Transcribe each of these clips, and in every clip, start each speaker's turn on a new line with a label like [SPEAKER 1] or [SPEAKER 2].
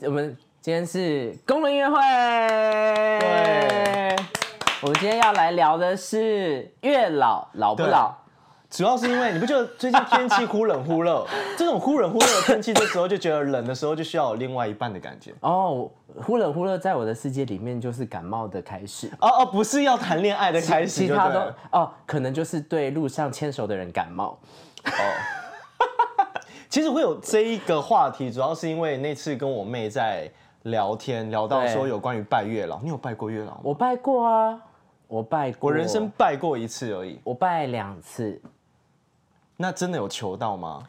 [SPEAKER 1] 我们今天是工人音乐会。
[SPEAKER 2] 对，
[SPEAKER 1] 我们今天要来聊的是月老老不老？
[SPEAKER 2] 主要是因为你不觉得最近天气忽冷忽热，这种忽冷忽热的天气，这时候就觉得冷的时候就需要有另外一半的感觉。
[SPEAKER 1] 哦，忽冷忽热，在我的世界里面就是感冒的开始。
[SPEAKER 2] 哦哦，不是要谈恋爱的开始
[SPEAKER 1] 其
[SPEAKER 2] 就
[SPEAKER 1] 他
[SPEAKER 2] 对
[SPEAKER 1] 都
[SPEAKER 2] 了
[SPEAKER 1] 哦，可能就是对路上牵手的人感冒。
[SPEAKER 2] 其实会有这一个话题，主要是因为那次跟我妹在聊天，聊到
[SPEAKER 1] 对
[SPEAKER 2] 说有关于拜月老。你有拜过月老吗？
[SPEAKER 1] 我拜过啊，我拜过，
[SPEAKER 2] 我人生拜过一次而已。
[SPEAKER 1] 我拜两次。
[SPEAKER 2] 那真的有求到吗？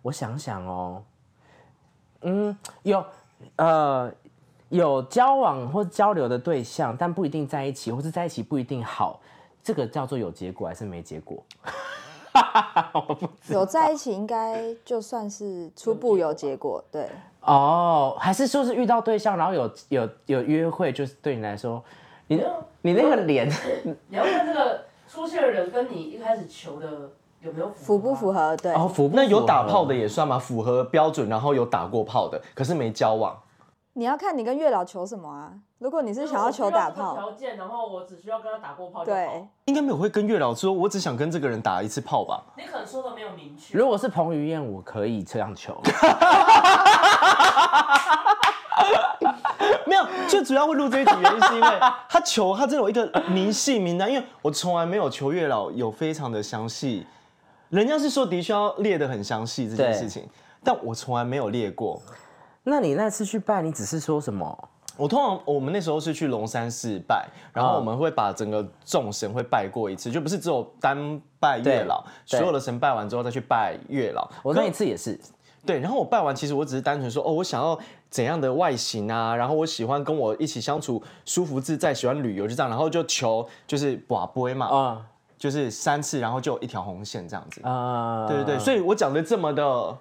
[SPEAKER 1] 我想想哦，嗯，有呃有交往或交流的对象，但不一定在一起，或是在一起不一定好，这个叫做有结果还是没结果？
[SPEAKER 3] 有在一起应该就算是初步有结果，对，
[SPEAKER 1] 哦，还是说是遇到对象，然后有有有约会，就是对你来说，你你那个脸，
[SPEAKER 4] 你要看这个出现的人跟你一开始求的有没有
[SPEAKER 3] 符不符
[SPEAKER 4] 合？
[SPEAKER 3] 合？对，
[SPEAKER 1] 哦，符不符合
[SPEAKER 2] 那有打炮的也算吗？符合标准，然后有打过炮的，可是没交往。
[SPEAKER 3] 你要看你跟月老求什么啊。如果你是想要求打
[SPEAKER 4] 我需要这
[SPEAKER 1] 哦
[SPEAKER 4] 个
[SPEAKER 3] 炮，
[SPEAKER 4] 条件，然后我只需要跟他打过炮就好
[SPEAKER 3] 对，，
[SPEAKER 2] 应该没有会跟月老说，我只想跟这个人打一次炮吧。
[SPEAKER 4] 你可能说的没有明确。
[SPEAKER 1] 如果是彭于晏，我可以这样求。
[SPEAKER 2] 没有，最主要会录这一集原因是因为他求他真的有一个明细名单，因为我从来没有求月老有非常的详细，人家是说的确要列的很详细这件事情，但我从来没有列过。
[SPEAKER 1] 那你那次去拜，你只是说什么？
[SPEAKER 2] 我通常我们那时候是去龙山寺拜，然后我们会把整个众神会拜过一次，就不是只有单拜月老，
[SPEAKER 1] 对
[SPEAKER 2] 所有的神拜完之后再去拜月老。
[SPEAKER 1] 我
[SPEAKER 2] 可呃
[SPEAKER 1] 那一次也是，
[SPEAKER 2] 对，然后我拜完，其实我只是单纯说，哦，我想要怎样的外形啊，然后我喜欢跟我一起相处舒服自在，喜欢旅游，就这样，然后就求就是寡杯嘛，
[SPEAKER 1] 嗯
[SPEAKER 2] 就是三次，然后就有一条红线这样子。
[SPEAKER 1] 啊，
[SPEAKER 2] 对对对，所以我讲的这么的，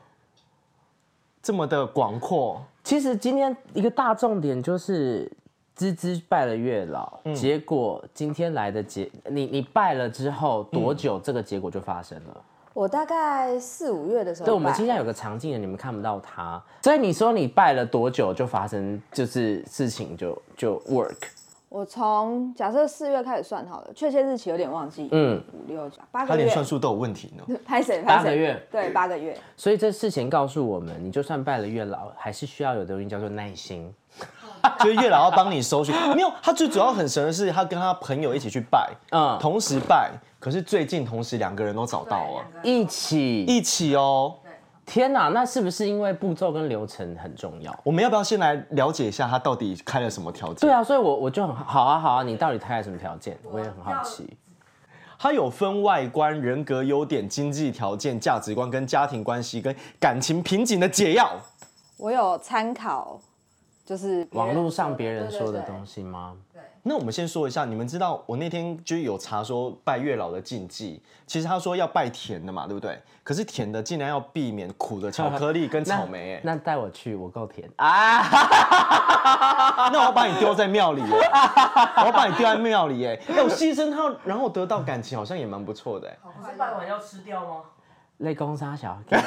[SPEAKER 2] 这么的广阔，
[SPEAKER 1] 其实今天一个大重点就是芝芝拜了月老，结果今天来的结，你你拜了之后多久这个结果就发生了？
[SPEAKER 3] 我大概四五月的时候拜，
[SPEAKER 1] 对，我们现在有个常进的，你们看不到他，所以你说你拜了多久就发生，就是事情就就 work，
[SPEAKER 3] 我从假设四月开始算好了，确切日期有点忘记，
[SPEAKER 1] 嗯，
[SPEAKER 3] 五六九八
[SPEAKER 2] 他
[SPEAKER 3] 个
[SPEAKER 2] 连
[SPEAKER 3] 月，
[SPEAKER 2] 算术都有问题呢。
[SPEAKER 3] 拍谁？
[SPEAKER 1] 八
[SPEAKER 3] 拍
[SPEAKER 1] 个
[SPEAKER 3] 谁？
[SPEAKER 1] 月，
[SPEAKER 3] 对，八个月。
[SPEAKER 1] 所以这事情告诉我们，你就算拜了月老，还是需要有东西叫做耐心。
[SPEAKER 2] 就是月老要帮你搜寻，没有，他最主要很神的是，他跟他朋友一起去拜，
[SPEAKER 1] 嗯，
[SPEAKER 2] 同时拜，可是最近同时两个人都找
[SPEAKER 4] 对
[SPEAKER 2] 到了
[SPEAKER 4] 两，个人
[SPEAKER 1] 一起，
[SPEAKER 2] 一起哦。
[SPEAKER 1] 天哪，那是不是因为步骤跟流程很重要？
[SPEAKER 2] 我们要不要先来了解一下他到底开了什么条件？
[SPEAKER 1] 对啊，所以我我就很好啊好啊，你到底开了什么条件？我也很好
[SPEAKER 4] 要
[SPEAKER 1] 奇。
[SPEAKER 2] 他有分外观、人格优点、经济条件、价值观、跟家庭关系、跟感情瓶颈的解药。
[SPEAKER 3] 我有参考，就是别人
[SPEAKER 1] 网络上别人
[SPEAKER 3] 对对
[SPEAKER 1] 说的
[SPEAKER 3] 对
[SPEAKER 1] 东西吗？
[SPEAKER 2] 那我们先说一下，你们知道我那天就是有查说拜月老的禁忌，其实他说要拜甜的嘛，对不对？可是甜的尽量要避免苦的巧克力跟草莓、欸。
[SPEAKER 1] 那带我去，我够甜啊！
[SPEAKER 2] 那我要把你丢在庙 里、欸，我要把你丢在庙里、欸，哎、我牺牲他，然后得到感情，好像也蛮不错的、欸。
[SPEAKER 4] 不是拜完要吃掉吗？
[SPEAKER 1] 泪公沙小，
[SPEAKER 3] 嗯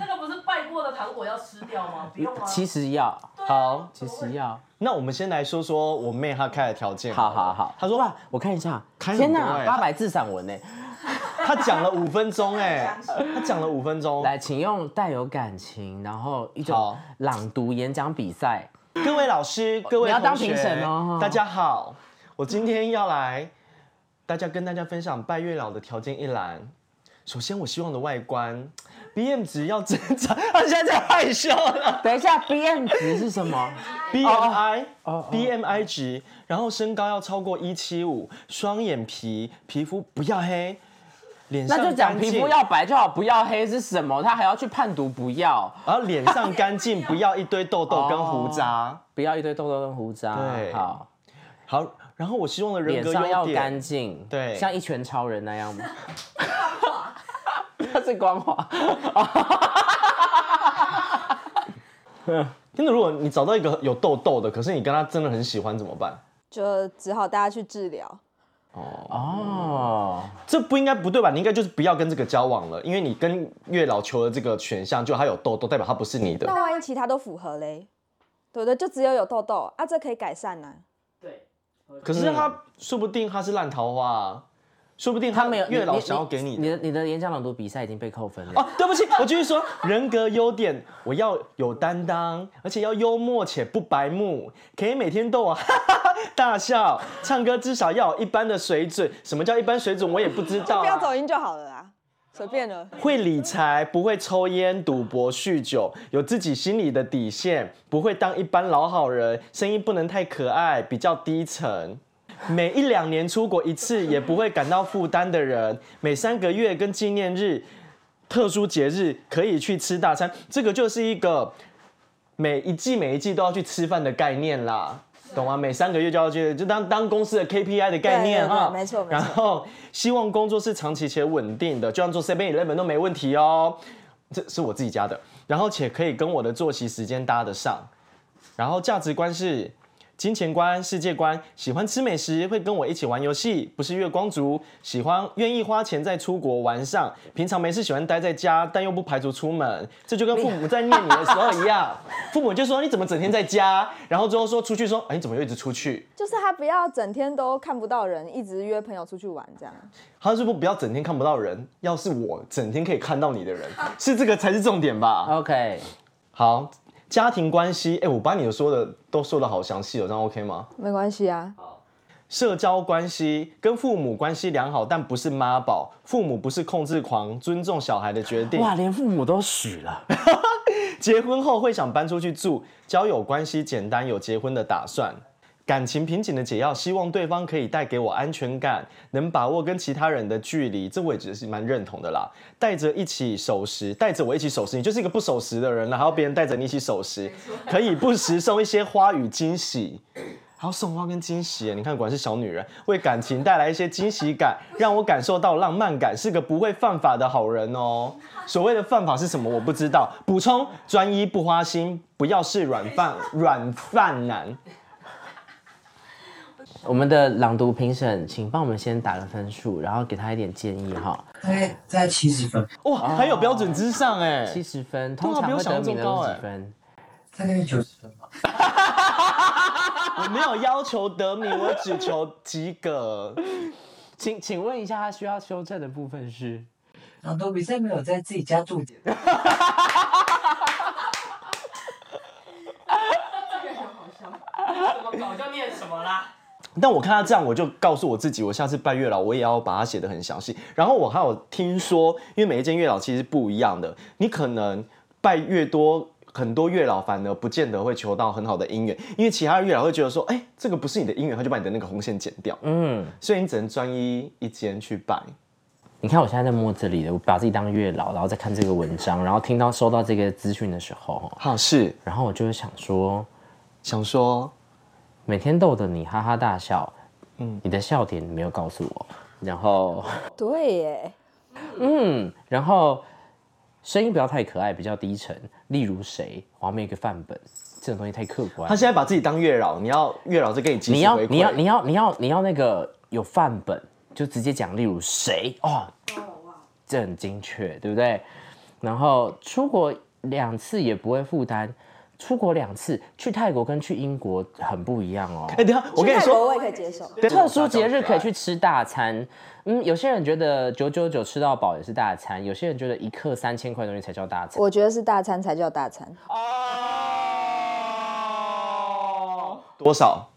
[SPEAKER 4] 那个不是拜过的糖果要吃掉吗？不用吗？
[SPEAKER 1] 其实要，
[SPEAKER 2] 好，
[SPEAKER 1] 其实要，
[SPEAKER 2] 那我们先来说说我妹她开的条件。
[SPEAKER 1] 好好好。
[SPEAKER 2] 她说
[SPEAKER 1] 哇，我看一下，
[SPEAKER 2] 开很
[SPEAKER 1] 天
[SPEAKER 2] 多
[SPEAKER 1] 哪，
[SPEAKER 2] 欸
[SPEAKER 1] 八百字散文呢。
[SPEAKER 2] 他讲了五分钟哎、他讲了五分钟。
[SPEAKER 1] 来，请用带有感情，然后一种
[SPEAKER 2] 好
[SPEAKER 1] 朗读演讲比赛。
[SPEAKER 2] 各位老师，各位
[SPEAKER 1] 你要当
[SPEAKER 2] 同学
[SPEAKER 1] 评审哦
[SPEAKER 2] 大家好，我今天要来，大家跟大家分享拜月老的条件一栏。首先，我希望的外观，BM 值要正常。他现在在害羞了。
[SPEAKER 1] 等一下，BM 值是什么？
[SPEAKER 2] BMI，BMI
[SPEAKER 1] 哦哦
[SPEAKER 2] BMI 值，然后身高要超过一七五，双眼皮，皮肤不要黑，脸上
[SPEAKER 1] 那就讲
[SPEAKER 2] 干净
[SPEAKER 1] 皮肤要白就好，不要黑是什么？他还要去判读，不要，
[SPEAKER 2] 然后脸上 干净，不要一堆痘痘跟胡渣。
[SPEAKER 1] 不要一堆痘痘跟胡渣。
[SPEAKER 2] 对
[SPEAKER 1] 好，
[SPEAKER 2] 好，然后我希望的人
[SPEAKER 1] 脸
[SPEAKER 2] 格
[SPEAKER 1] 上要
[SPEAKER 2] 优点
[SPEAKER 1] 干净，
[SPEAKER 2] 对
[SPEAKER 1] 像一拳超人那样吗？ 他是光滑，
[SPEAKER 2] 真的，如果你找到一个有痘痘的，可是你跟他真的很喜欢怎么办？
[SPEAKER 3] 就只好大家去治疗。
[SPEAKER 1] 哦，
[SPEAKER 2] 这不应该不对吧？你应该就是不要跟这个交往了，因为你跟月老求的这个选项，就他有痘痘，代表他不是你的。
[SPEAKER 3] 那万一其他都符合嘞，对不对？就只有有痘痘啊，这可以改善呐、
[SPEAKER 4] 对，
[SPEAKER 2] 可是他说不定他是烂桃花、啊，说不定
[SPEAKER 1] 他没有
[SPEAKER 2] 月老
[SPEAKER 1] 你
[SPEAKER 2] 想要给你
[SPEAKER 1] 你的你的演讲朗读比赛已经被扣分了。
[SPEAKER 2] 哦，对不起，我继续说，人格优点，我要有担当，而且要幽默且不白目，可以每天逗我哈 哈哈大笑，唱歌至少要有一般的水准。什么叫一般水准？我也不知 道、
[SPEAKER 3] 不要
[SPEAKER 2] 啊。
[SPEAKER 3] 走音就好了啦，随便了。
[SPEAKER 2] 会理财，不会抽烟、赌博、酗酒，有自己心里的底线，不会当一般老好人，声音不能太可爱，比较低沉。每一两年出国一次，也不会感到负担的人，每三个月跟纪念日、特殊节日可以去吃大餐，这个就是一个每一季每一季都要去吃饭的概念啦，懂吗？每三个月就要去，就当当公司的 KPI 的概念
[SPEAKER 3] 对对对
[SPEAKER 2] 哈，
[SPEAKER 3] 没错没错
[SPEAKER 2] 然后希望工作是长期且稳定的，就像做 Seven Eleven 都没问题哦，这是我自己家的，然后且可以跟我的作息时间搭得上，然后价值观是。金钱观、世界观，喜欢吃美食，会跟我一起玩游戏，不是月光族。喜欢愿意花钱在出国玩上，平常没事喜欢待在家，但又不排除出门。这就跟父母在念你的时候一样，父母就说你怎么整天在家，然后之后说出去说，哎、你怎么又一直出去？
[SPEAKER 3] 就是他不要整天都看不到人，一直约朋友出去玩这样。
[SPEAKER 2] 他是不是不要整天看不到人？要是我整天可以看到你的人，是这个才是重点吧？
[SPEAKER 1] OK，
[SPEAKER 2] 好，家庭关系，哎、我把你的说的都说的好详细哦，这样 OK 吗？
[SPEAKER 3] 没关系啊，
[SPEAKER 2] 社交关系跟父母关系良好，但不是妈宝，父母不是控制狂，尊重小孩的决定。
[SPEAKER 1] 哇，连父母都许了，
[SPEAKER 2] 结婚后会想搬出去住，交友关系简单，有结婚的打算。感情瓶颈的解药，希望对方可以带给我安全感，能把握跟其他人的距离，这我也觉得是蛮认同的啦。带着一起守时，带着我一起守时，你就是一个不守时的人了，还要别人带着你一起守时，可以不时送一些花与惊喜。还要送花跟惊喜耶，你看果然是小女人，为感情带来一些惊喜感，让我感受到浪漫感，是个不会犯法的好人哦。所谓的犯法是什么？我不知道。补充：专一不花心，不要是软饭软饭男。
[SPEAKER 1] 我们的朗读评审，请帮我们先打个分数，然后给他一点建议哈。
[SPEAKER 5] 大概在七十分，
[SPEAKER 2] 哇，还有标准之上哎，
[SPEAKER 1] 七十分，
[SPEAKER 2] 对啊
[SPEAKER 1] 通常
[SPEAKER 2] 没有
[SPEAKER 1] 会
[SPEAKER 2] 想
[SPEAKER 1] 得
[SPEAKER 2] 象
[SPEAKER 1] 名的
[SPEAKER 2] 中高
[SPEAKER 1] 都是
[SPEAKER 2] 哎
[SPEAKER 1] 几分？
[SPEAKER 5] 大概九十分吧。
[SPEAKER 2] 我没有要求得名，我只求及格。
[SPEAKER 1] 请请问一下，他需要修正的部分是？
[SPEAKER 5] 朗读比赛没有在自己家注解，
[SPEAKER 4] 这个很好笑，怎么搞就念什么啦？
[SPEAKER 2] 但我看他这样，我就告诉我自己，我下次拜月老，我也要把它写得很详细。然后我还有听说，因为每一间月老其实不一样的，你可能拜越多。很多月老反而不见得会求到很好的姻缘，因为其他的月老会觉得说，哎、这个不是你的姻缘，他就把你的那个红线剪掉，
[SPEAKER 1] 嗯，
[SPEAKER 2] 所以你只能专一一间去拜。
[SPEAKER 1] 你看我现在在摸这里的，我把自己当月老，然后再看这个文章，然后听到收到这个资讯的时候，
[SPEAKER 2] 好是
[SPEAKER 1] 然后我就会想说，
[SPEAKER 2] 想说，
[SPEAKER 1] 每天逗得你哈哈大笑，嗯，你的笑点你没有告诉我，然后，
[SPEAKER 3] 对耶，
[SPEAKER 1] 嗯，然后声音不要太可爱，比较低沉，例如谁，我要没有一个范本，这种东西太客观
[SPEAKER 2] 他。现在把自己当月老，你要月老就给你及
[SPEAKER 1] 你
[SPEAKER 2] 时
[SPEAKER 1] 要
[SPEAKER 2] 回馈。
[SPEAKER 1] 你要你要你要你要那个有范本，就直接讲，例如谁哦，这很精确，对不对？然后出国两次也不会负担，出国两次去泰国跟去英国很不一样哦。
[SPEAKER 2] 哎、等一下我跟你
[SPEAKER 3] 去泰国
[SPEAKER 2] 说，
[SPEAKER 3] 我也可以接受。
[SPEAKER 2] 对
[SPEAKER 1] 特殊节日可以去吃大餐，嗯，有些人觉得九九九吃到饱也是大餐，有些人觉得一克三千块的东西才叫大餐。
[SPEAKER 3] 我觉得是大餐才叫大餐，
[SPEAKER 1] 哦
[SPEAKER 2] 多 少？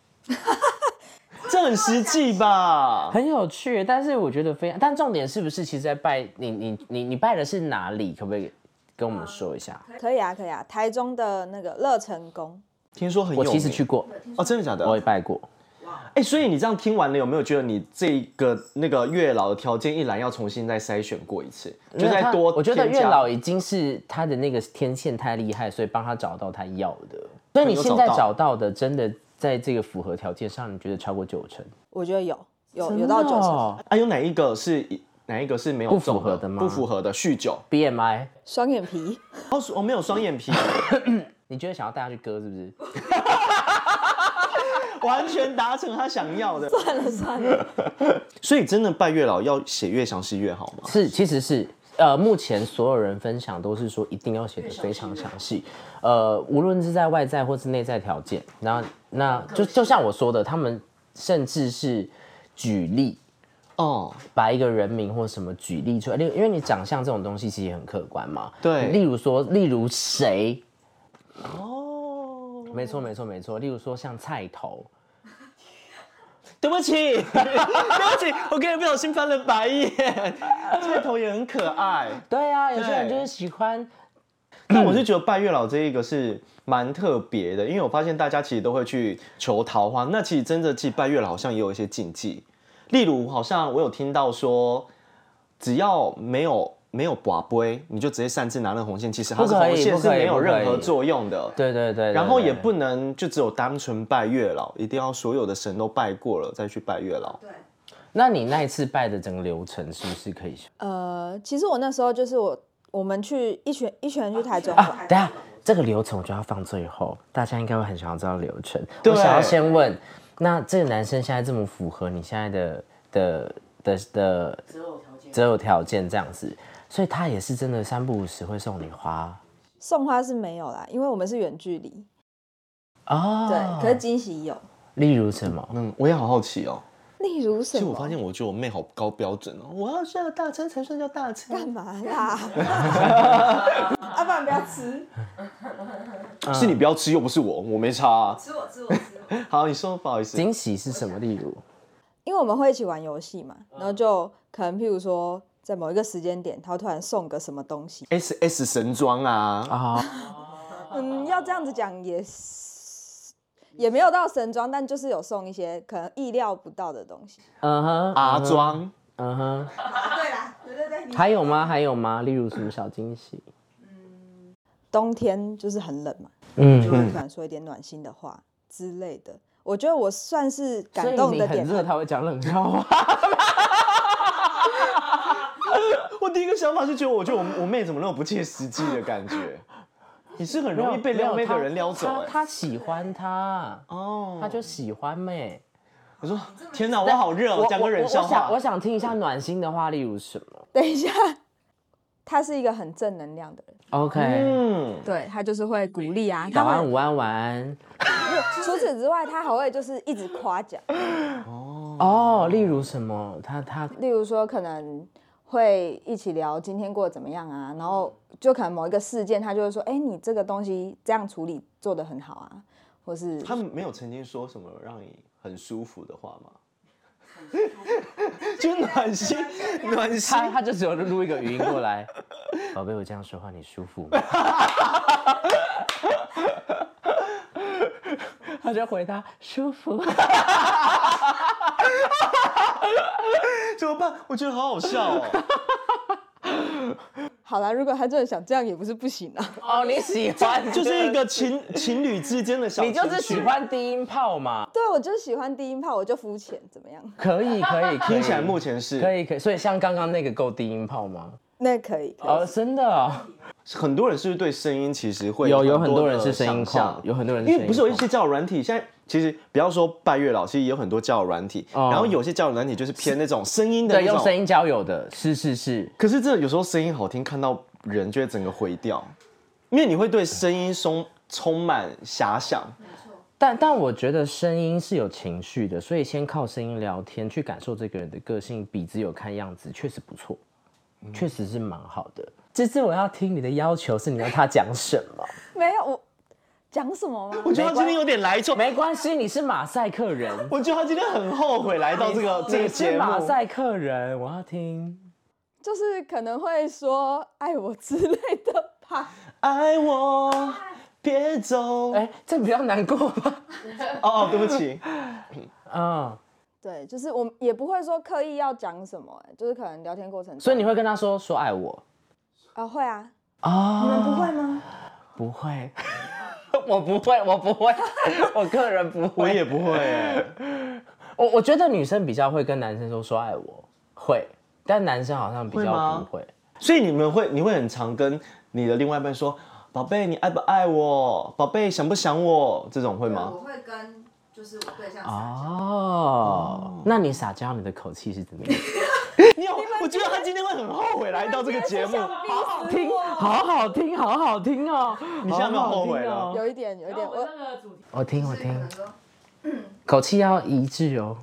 [SPEAKER 2] 这很实际吧？
[SPEAKER 1] 很有趣，但是我觉得非常，但重点是不是其实在拜你你你你拜的是哪里？可不可以跟我们说一下？
[SPEAKER 3] 可以啊，可以啊。台中的那个乐成宫，
[SPEAKER 2] 听说很有
[SPEAKER 1] 我
[SPEAKER 2] 名
[SPEAKER 1] 其实去过，
[SPEAKER 2] 哦，真的假的？
[SPEAKER 1] 我也拜过。
[SPEAKER 2] 哎、所以你这样听完了，有没有觉得你这个那个月老的条件一栏要重新再筛选过一次，就再多？
[SPEAKER 1] 我觉得月老，已经是他的那个天线太厉害，所以帮他找到他要的。所以你现在找到的，真的在这个符合条件上，你觉得超过九成？
[SPEAKER 3] 我觉得有有有到九
[SPEAKER 1] 真的
[SPEAKER 3] 成，
[SPEAKER 1] 哦
[SPEAKER 2] 啊，有哪一个是哪一个是没有
[SPEAKER 1] 不符
[SPEAKER 2] 中
[SPEAKER 1] 合的吗
[SPEAKER 2] 不符合的酗酒，
[SPEAKER 1] ？BMI，
[SPEAKER 3] 双眼皮。
[SPEAKER 2] 哦，我、没有双眼皮，
[SPEAKER 1] 你觉得想要带他去割是不是？
[SPEAKER 2] 完全达成他想 要的。
[SPEAKER 6] 算了算了，
[SPEAKER 2] 所以真的拜月老要写越详细越好吗？
[SPEAKER 1] 是，其实是呃，目前所有人分享都是说一定要写的非常详细，呃，无论是在外在或是内在条件，然后那就就像我说的，他们甚至是举例，
[SPEAKER 2] 哦，
[SPEAKER 1] 把一个人名或什么举例出来，例如因为你长相这种东西其实也很客观嘛，
[SPEAKER 2] 对
[SPEAKER 1] 例如说，例如谁，哦，没错没错没错，例如说像菜头，
[SPEAKER 2] 对不起，对不起，我刚才不小心翻了白眼。菜头也很可 爱，
[SPEAKER 1] 对啊，有些人
[SPEAKER 2] 对
[SPEAKER 1] 就是喜欢，
[SPEAKER 2] 但我是觉得拜月老这一个是蛮特别的，因为我发现大家其实都会去求桃花，那其实真的其实拜月老好像也有一些禁忌，例如好像我有听到说，只要没有。没有把杯，你就直接擅自拿那个红线，其实它是
[SPEAKER 1] 不可以
[SPEAKER 2] 红线
[SPEAKER 1] 不
[SPEAKER 2] 是
[SPEAKER 1] 可以
[SPEAKER 2] 没有
[SPEAKER 1] 不可
[SPEAKER 2] 任何
[SPEAKER 1] 以
[SPEAKER 2] 作用的。
[SPEAKER 1] 对对对对
[SPEAKER 2] 然后
[SPEAKER 1] 对
[SPEAKER 2] 也不能就只有单纯拜月老，一定要所有的神都拜过了再去拜月老。
[SPEAKER 4] 对，
[SPEAKER 1] 那你那一次拜的整个流程是不是可以说
[SPEAKER 6] 呃，其实我那时候就是我我们去一群一群人去台中玩，
[SPEAKER 1] 啊？等一下这个流程我就要放最后，大家应该会很想要知道流程。
[SPEAKER 2] 对
[SPEAKER 1] 我想要先问，那这个男生现在这么符合你现在的的的的
[SPEAKER 4] 择偶条件。
[SPEAKER 1] 择偶条件这样子，所以他也是真的三不五时会送你花
[SPEAKER 6] 送花是没有啦，因为我们是远距离，
[SPEAKER 2] 啊
[SPEAKER 1] 哦。
[SPEAKER 6] 对，可是惊喜有，
[SPEAKER 1] 例如什么？
[SPEAKER 2] 嗯，我也好好奇哦。
[SPEAKER 6] 例如
[SPEAKER 2] 其
[SPEAKER 6] 什
[SPEAKER 2] 实
[SPEAKER 6] 么？
[SPEAKER 2] 我发现，我觉得我妹好高标准哦，我要叫大餐才算叫大餐
[SPEAKER 6] 干。嘛 啦？啊，不然不要吃。
[SPEAKER 1] 嗯
[SPEAKER 2] 是你不要吃，又不是我，我没差、啊。
[SPEAKER 4] 吃我吃我吃我，
[SPEAKER 2] 好，你说，不好意思。
[SPEAKER 1] 惊喜是什么？例如
[SPEAKER 6] 因为我们会一起玩游戏嘛，
[SPEAKER 1] 嗯
[SPEAKER 6] 然后就可能譬如说，在某一个时间点，他会突然送个什么东西，
[SPEAKER 2] S S 神装啊，
[SPEAKER 1] 啊、
[SPEAKER 6] 嗯，要这样子讲也是也没有到神装，但就是有送一些可能意料不到的东西。
[SPEAKER 1] 嗯哼，
[SPEAKER 2] 阿
[SPEAKER 1] 嗯哼，
[SPEAKER 2] 装，
[SPEAKER 1] 嗯哼，
[SPEAKER 4] 啊对啦，对对对，你
[SPEAKER 1] 还有吗？还有吗？例如什么小惊喜？
[SPEAKER 6] 冬天就是很冷嘛，就
[SPEAKER 1] 嗯，
[SPEAKER 6] 会突然说一点暖心的话之类的。我觉得我算是
[SPEAKER 1] 所以
[SPEAKER 6] 感动
[SPEAKER 1] 你
[SPEAKER 6] 的
[SPEAKER 1] 很
[SPEAKER 6] 点
[SPEAKER 1] 热，
[SPEAKER 6] 很，
[SPEAKER 1] 他会讲冷笑话。
[SPEAKER 2] 我第一个想法是觉得，我觉得我我妹怎么那么不切实际的感觉？你是很容易被撩妹的人撩走
[SPEAKER 1] 他
[SPEAKER 2] 哎、
[SPEAKER 1] 他喜欢他，
[SPEAKER 2] 哦，
[SPEAKER 1] 他就喜欢妹。
[SPEAKER 2] 我说天哪，我好热哦，讲个人笑
[SPEAKER 1] 我想
[SPEAKER 2] 话
[SPEAKER 1] 我。想听一下暖心的话，例如什么
[SPEAKER 6] 等一下，他是一个很正能量的人，
[SPEAKER 1] ？OK，、
[SPEAKER 2] 嗯，
[SPEAKER 6] 对他就是会鼓励啊，他
[SPEAKER 1] 早安、
[SPEAKER 6] 会。
[SPEAKER 1] 午安、晚安。
[SPEAKER 6] 除此之外，他还会就是一直夸奖，
[SPEAKER 1] 哦，例如什么？他他
[SPEAKER 6] 例如说可能会一起聊今天过得怎么样啊，然后就可能某一个事件，他就会说，哎、你这个东西这样处理做得很好啊，或是
[SPEAKER 2] 他们没有曾经说什么让你很舒服的话吗？ 就暖心，暖 心。
[SPEAKER 1] 他他就只有录一个语音过来， 宝贝，我这样说话你舒服吗？他就回答舒服。
[SPEAKER 2] 怎么办？我觉得好好笑 哦。
[SPEAKER 6] 好啦，如果他真的想这样，也不是不行啊。
[SPEAKER 1] 哦，你喜 欢
[SPEAKER 2] 就是一个情情侣之间的小情
[SPEAKER 1] 你
[SPEAKER 2] 趣，
[SPEAKER 1] 就是喜欢低音炮嘛？
[SPEAKER 6] 对，我就喜欢低音炮，我就肤浅，怎么样？
[SPEAKER 1] 可 以可以，可以
[SPEAKER 2] 听起来目前是
[SPEAKER 1] 可以可以，所以像刚刚那个够低音炮吗？
[SPEAKER 6] 那可以，可以
[SPEAKER 1] 哦，真的哦、
[SPEAKER 2] 很多人是不是对声音其实会
[SPEAKER 1] 有有
[SPEAKER 2] 很
[SPEAKER 1] 很多人是声音
[SPEAKER 2] 的想象
[SPEAKER 1] 控，有很多人是
[SPEAKER 2] 因
[SPEAKER 1] 声
[SPEAKER 2] 为
[SPEAKER 1] 音
[SPEAKER 2] 不是有一
[SPEAKER 1] 控
[SPEAKER 2] 些交友软体，现在其实不要说拜月老，其实也有很多交友软体，
[SPEAKER 1] 哦
[SPEAKER 2] 然后有些交友软体就是偏那种声音的
[SPEAKER 1] 对
[SPEAKER 2] 那
[SPEAKER 1] 用声
[SPEAKER 2] 种，
[SPEAKER 1] 音交友的，是是是，
[SPEAKER 2] 可是这有时候声音好听，看到人就会整个毁掉，因为你会对声音充充满遐想，
[SPEAKER 1] 但但我觉得声音是有情绪的，所以先靠声音聊天去感受这个人的个性，比只有看样子确实不错，确实是蛮好的。这次我要听你的要求是你要他讲什 么？
[SPEAKER 6] 没有我讲什么吗？
[SPEAKER 2] 我觉得他今天有点来错，
[SPEAKER 1] 没关系，你是马赛克人，
[SPEAKER 2] 我觉得他今天很后悔来到这个这个
[SPEAKER 1] 你是
[SPEAKER 2] 节
[SPEAKER 1] 马
[SPEAKER 2] 目。
[SPEAKER 1] 赛克人，我要听。
[SPEAKER 6] 就是可能会说爱我之类的吧。
[SPEAKER 2] 爱我，别走。
[SPEAKER 1] 哎、这比较难过吧？
[SPEAKER 2] 哦哦，对不起，
[SPEAKER 1] 嗯，
[SPEAKER 6] 对，就是我也不会说刻意要讲什么、哎就是可能聊天过程中。
[SPEAKER 1] 所以你会跟他说说爱我
[SPEAKER 6] 啊、会啊，
[SPEAKER 1] 啊？
[SPEAKER 6] 你们不会吗？
[SPEAKER 1] 不会， 我不会，我不会， 我个人不
[SPEAKER 2] 我
[SPEAKER 1] 会。
[SPEAKER 2] 也不会欸。
[SPEAKER 1] 我我觉得女生比较会跟男生说说爱我，会，但男生好像比
[SPEAKER 2] 会
[SPEAKER 1] 较
[SPEAKER 2] 吗
[SPEAKER 1] 不会。
[SPEAKER 2] 所以你们会，你会很常跟你的另外一半说：“宝贝，你爱不爱我？宝贝，想不想我？”这种会吗？
[SPEAKER 4] 我会跟
[SPEAKER 3] 就是我对象
[SPEAKER 1] 啊哦，那你撒娇你的口气是怎么样？
[SPEAKER 2] 你有，我觉得他今天会很后悔来到这个节目。
[SPEAKER 3] 好好
[SPEAKER 1] 听，哦好好听，好好听哦！你
[SPEAKER 2] 现在有没有后悔了
[SPEAKER 3] 有一点，有一
[SPEAKER 4] 然
[SPEAKER 3] 点，
[SPEAKER 4] 后我
[SPEAKER 3] 我
[SPEAKER 4] 们那个主题，
[SPEAKER 1] 哦我听，我
[SPEAKER 3] 可
[SPEAKER 1] 听
[SPEAKER 3] 能，说，
[SPEAKER 1] 口气要一致哦。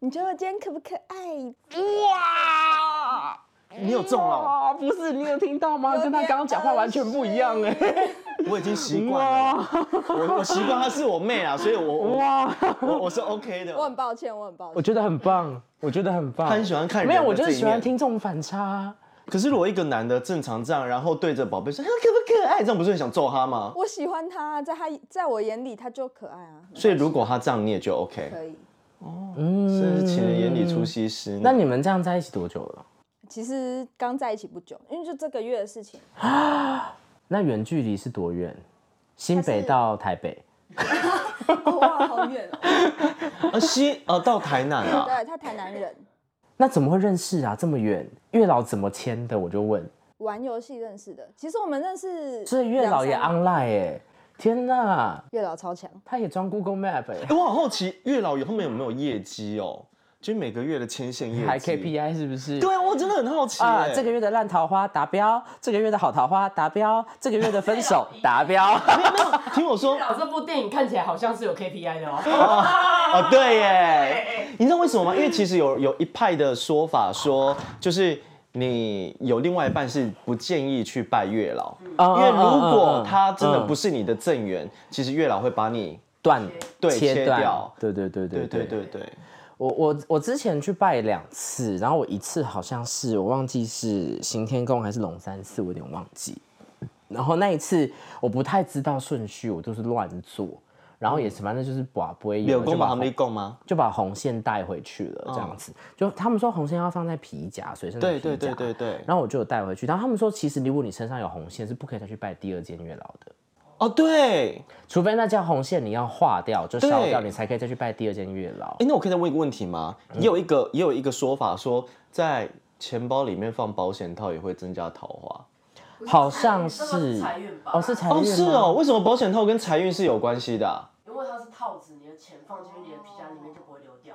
[SPEAKER 3] 你觉得我今天可不可爱？
[SPEAKER 1] 哇！
[SPEAKER 2] 你
[SPEAKER 1] 哎
[SPEAKER 2] 有中了，
[SPEAKER 1] 哇，不是你有听到吗？跟他刚刚讲话完全不一样哎、
[SPEAKER 2] 我已经习惯了，
[SPEAKER 1] 哇
[SPEAKER 2] 我我习惯她是我妹啊，所以我 我
[SPEAKER 1] 哇！
[SPEAKER 2] 我我是 OK 的。
[SPEAKER 3] 我很抱歉，我很抱
[SPEAKER 1] 我
[SPEAKER 3] 歉。
[SPEAKER 1] 觉得很棒，我觉得很棒。
[SPEAKER 2] 他很喜欢看人
[SPEAKER 1] 没
[SPEAKER 2] 的
[SPEAKER 1] 有，我就是
[SPEAKER 2] 这一
[SPEAKER 1] 喜欢
[SPEAKER 2] 面
[SPEAKER 1] 听这种反差啊。
[SPEAKER 2] 可是如果一个男的正常这样，然后对着宝贝说他可不可爱，这样不是很想揍他吗？
[SPEAKER 3] 我喜欢他，在他在我眼里他就可爱啊，
[SPEAKER 2] 所以如果他这样，你也就 OK。
[SPEAKER 3] 可以。
[SPEAKER 1] 嗯，
[SPEAKER 2] 真是情人眼里出西施。
[SPEAKER 1] 那你们这样在一起多久了？
[SPEAKER 3] 其实刚在一起不久，因为就这个月的事情，
[SPEAKER 1] 那远距离是多远？新北到台北，
[SPEAKER 3] 哇，好远 哦。
[SPEAKER 2] 啊西呃到台南啊，
[SPEAKER 3] 对他台南人，
[SPEAKER 1] 那怎么会认识啊？这么远，月老怎么签的？我就问。
[SPEAKER 3] 玩游戏认识的。其实我们认识，
[SPEAKER 1] 这月老也 online 哎、天哪，
[SPEAKER 3] 月老超强，
[SPEAKER 1] 他也装 Google Map 哎、
[SPEAKER 2] 哎我好好奇月老有后面有没有业绩哦？就每个月的牵线业绩，
[SPEAKER 1] 还 KPI 是不是？
[SPEAKER 2] 对啊，我真的很好奇
[SPEAKER 1] 啊，
[SPEAKER 2] 哎
[SPEAKER 1] 这个月的烂桃花达标，这个月的好桃花达标，这个月的分手达标。
[SPEAKER 2] 听我说
[SPEAKER 4] 老这部电影看起来好像是有 KPI 的哦。哎
[SPEAKER 2] 哦，对耶，你知道为什么吗？因为其实有有一派的说法说，就是你有另外一半是不建议去拜月老，因为如
[SPEAKER 1] 嗯
[SPEAKER 2] 果他真的不
[SPEAKER 1] 是
[SPEAKER 2] 是你的正缘，其实月老会把你。
[SPEAKER 1] 断，
[SPEAKER 2] 对
[SPEAKER 1] 切
[SPEAKER 2] 切
[SPEAKER 1] 断
[SPEAKER 2] 掉，
[SPEAKER 1] 对对对
[SPEAKER 2] 对
[SPEAKER 1] 对
[SPEAKER 2] 对
[SPEAKER 1] 对
[SPEAKER 2] 对对，
[SPEAKER 1] 我我我之前去拜两次，然后我一次好像是我忘记是行天宫还是龙山寺，我有点忘记。然后那一次我不太知道顺序，我就是乱做，然后也是反正就是把不会
[SPEAKER 2] 柳
[SPEAKER 1] 有
[SPEAKER 2] 公
[SPEAKER 1] 就把
[SPEAKER 2] 马们立供吗？
[SPEAKER 1] 就把红线带回去了，这样子。就他们说红线要放在皮夹，随身的
[SPEAKER 2] 对
[SPEAKER 1] 皮夹。
[SPEAKER 2] 对对对对。
[SPEAKER 1] 然后我就有带回去，然后他们说，其实如果你身上有红线，是不可以再去拜第二间月老的，
[SPEAKER 2] 哦对，
[SPEAKER 1] 除非那条红线你要化掉，就烧掉，
[SPEAKER 2] 对
[SPEAKER 1] 你才可以再去拜第二间月老
[SPEAKER 2] 哎，。那我可以再问一个问题吗？也有一个也有一个说法说，在钱包里面放保险套也会增加桃花。
[SPEAKER 1] 好像
[SPEAKER 4] 这个
[SPEAKER 1] 是
[SPEAKER 4] 是财运吧
[SPEAKER 1] 哦，是财运吗
[SPEAKER 2] 哦，是哦，，为什么保险套跟财运是有关系的啊？
[SPEAKER 4] 因为它是套子，你的钱放进去你的皮夹里面就不会流掉。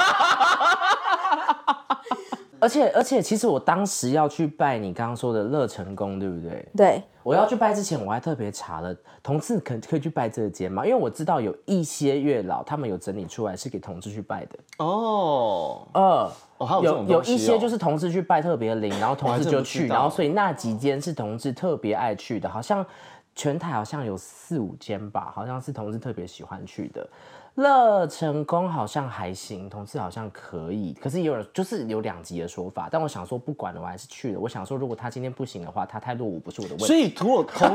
[SPEAKER 1] 而且而且，其实我当时要去拜你刚刚说的乐成宫，对不对？
[SPEAKER 3] 对，
[SPEAKER 1] 我要去拜之前，我还特别查了同志可可以去拜这个间吗？因为我知道有一些月老他们有整理出来是给同志去拜的。
[SPEAKER 2] 哦
[SPEAKER 1] 呃，
[SPEAKER 2] 哦，还有这
[SPEAKER 1] 有
[SPEAKER 2] 种
[SPEAKER 1] 有
[SPEAKER 2] 东西
[SPEAKER 1] 一些
[SPEAKER 2] 哦
[SPEAKER 1] 就是同志去拜特别灵，然后同
[SPEAKER 2] 还
[SPEAKER 1] 志
[SPEAKER 2] 真
[SPEAKER 1] 就
[SPEAKER 2] 不知
[SPEAKER 1] 去，
[SPEAKER 2] 道
[SPEAKER 1] 然后所以那几间是同志特别爱去的，好像全台好像有四五间吧，好像是同志特别喜欢去的。乐成功好像还行，同志好像可以，可是也有人就是有两极的说法。但我想说，不管了，我还是去了。我想说，如果他今天不行的话，他态度我不是我的问
[SPEAKER 2] 所
[SPEAKER 1] 题。
[SPEAKER 2] 以如果 同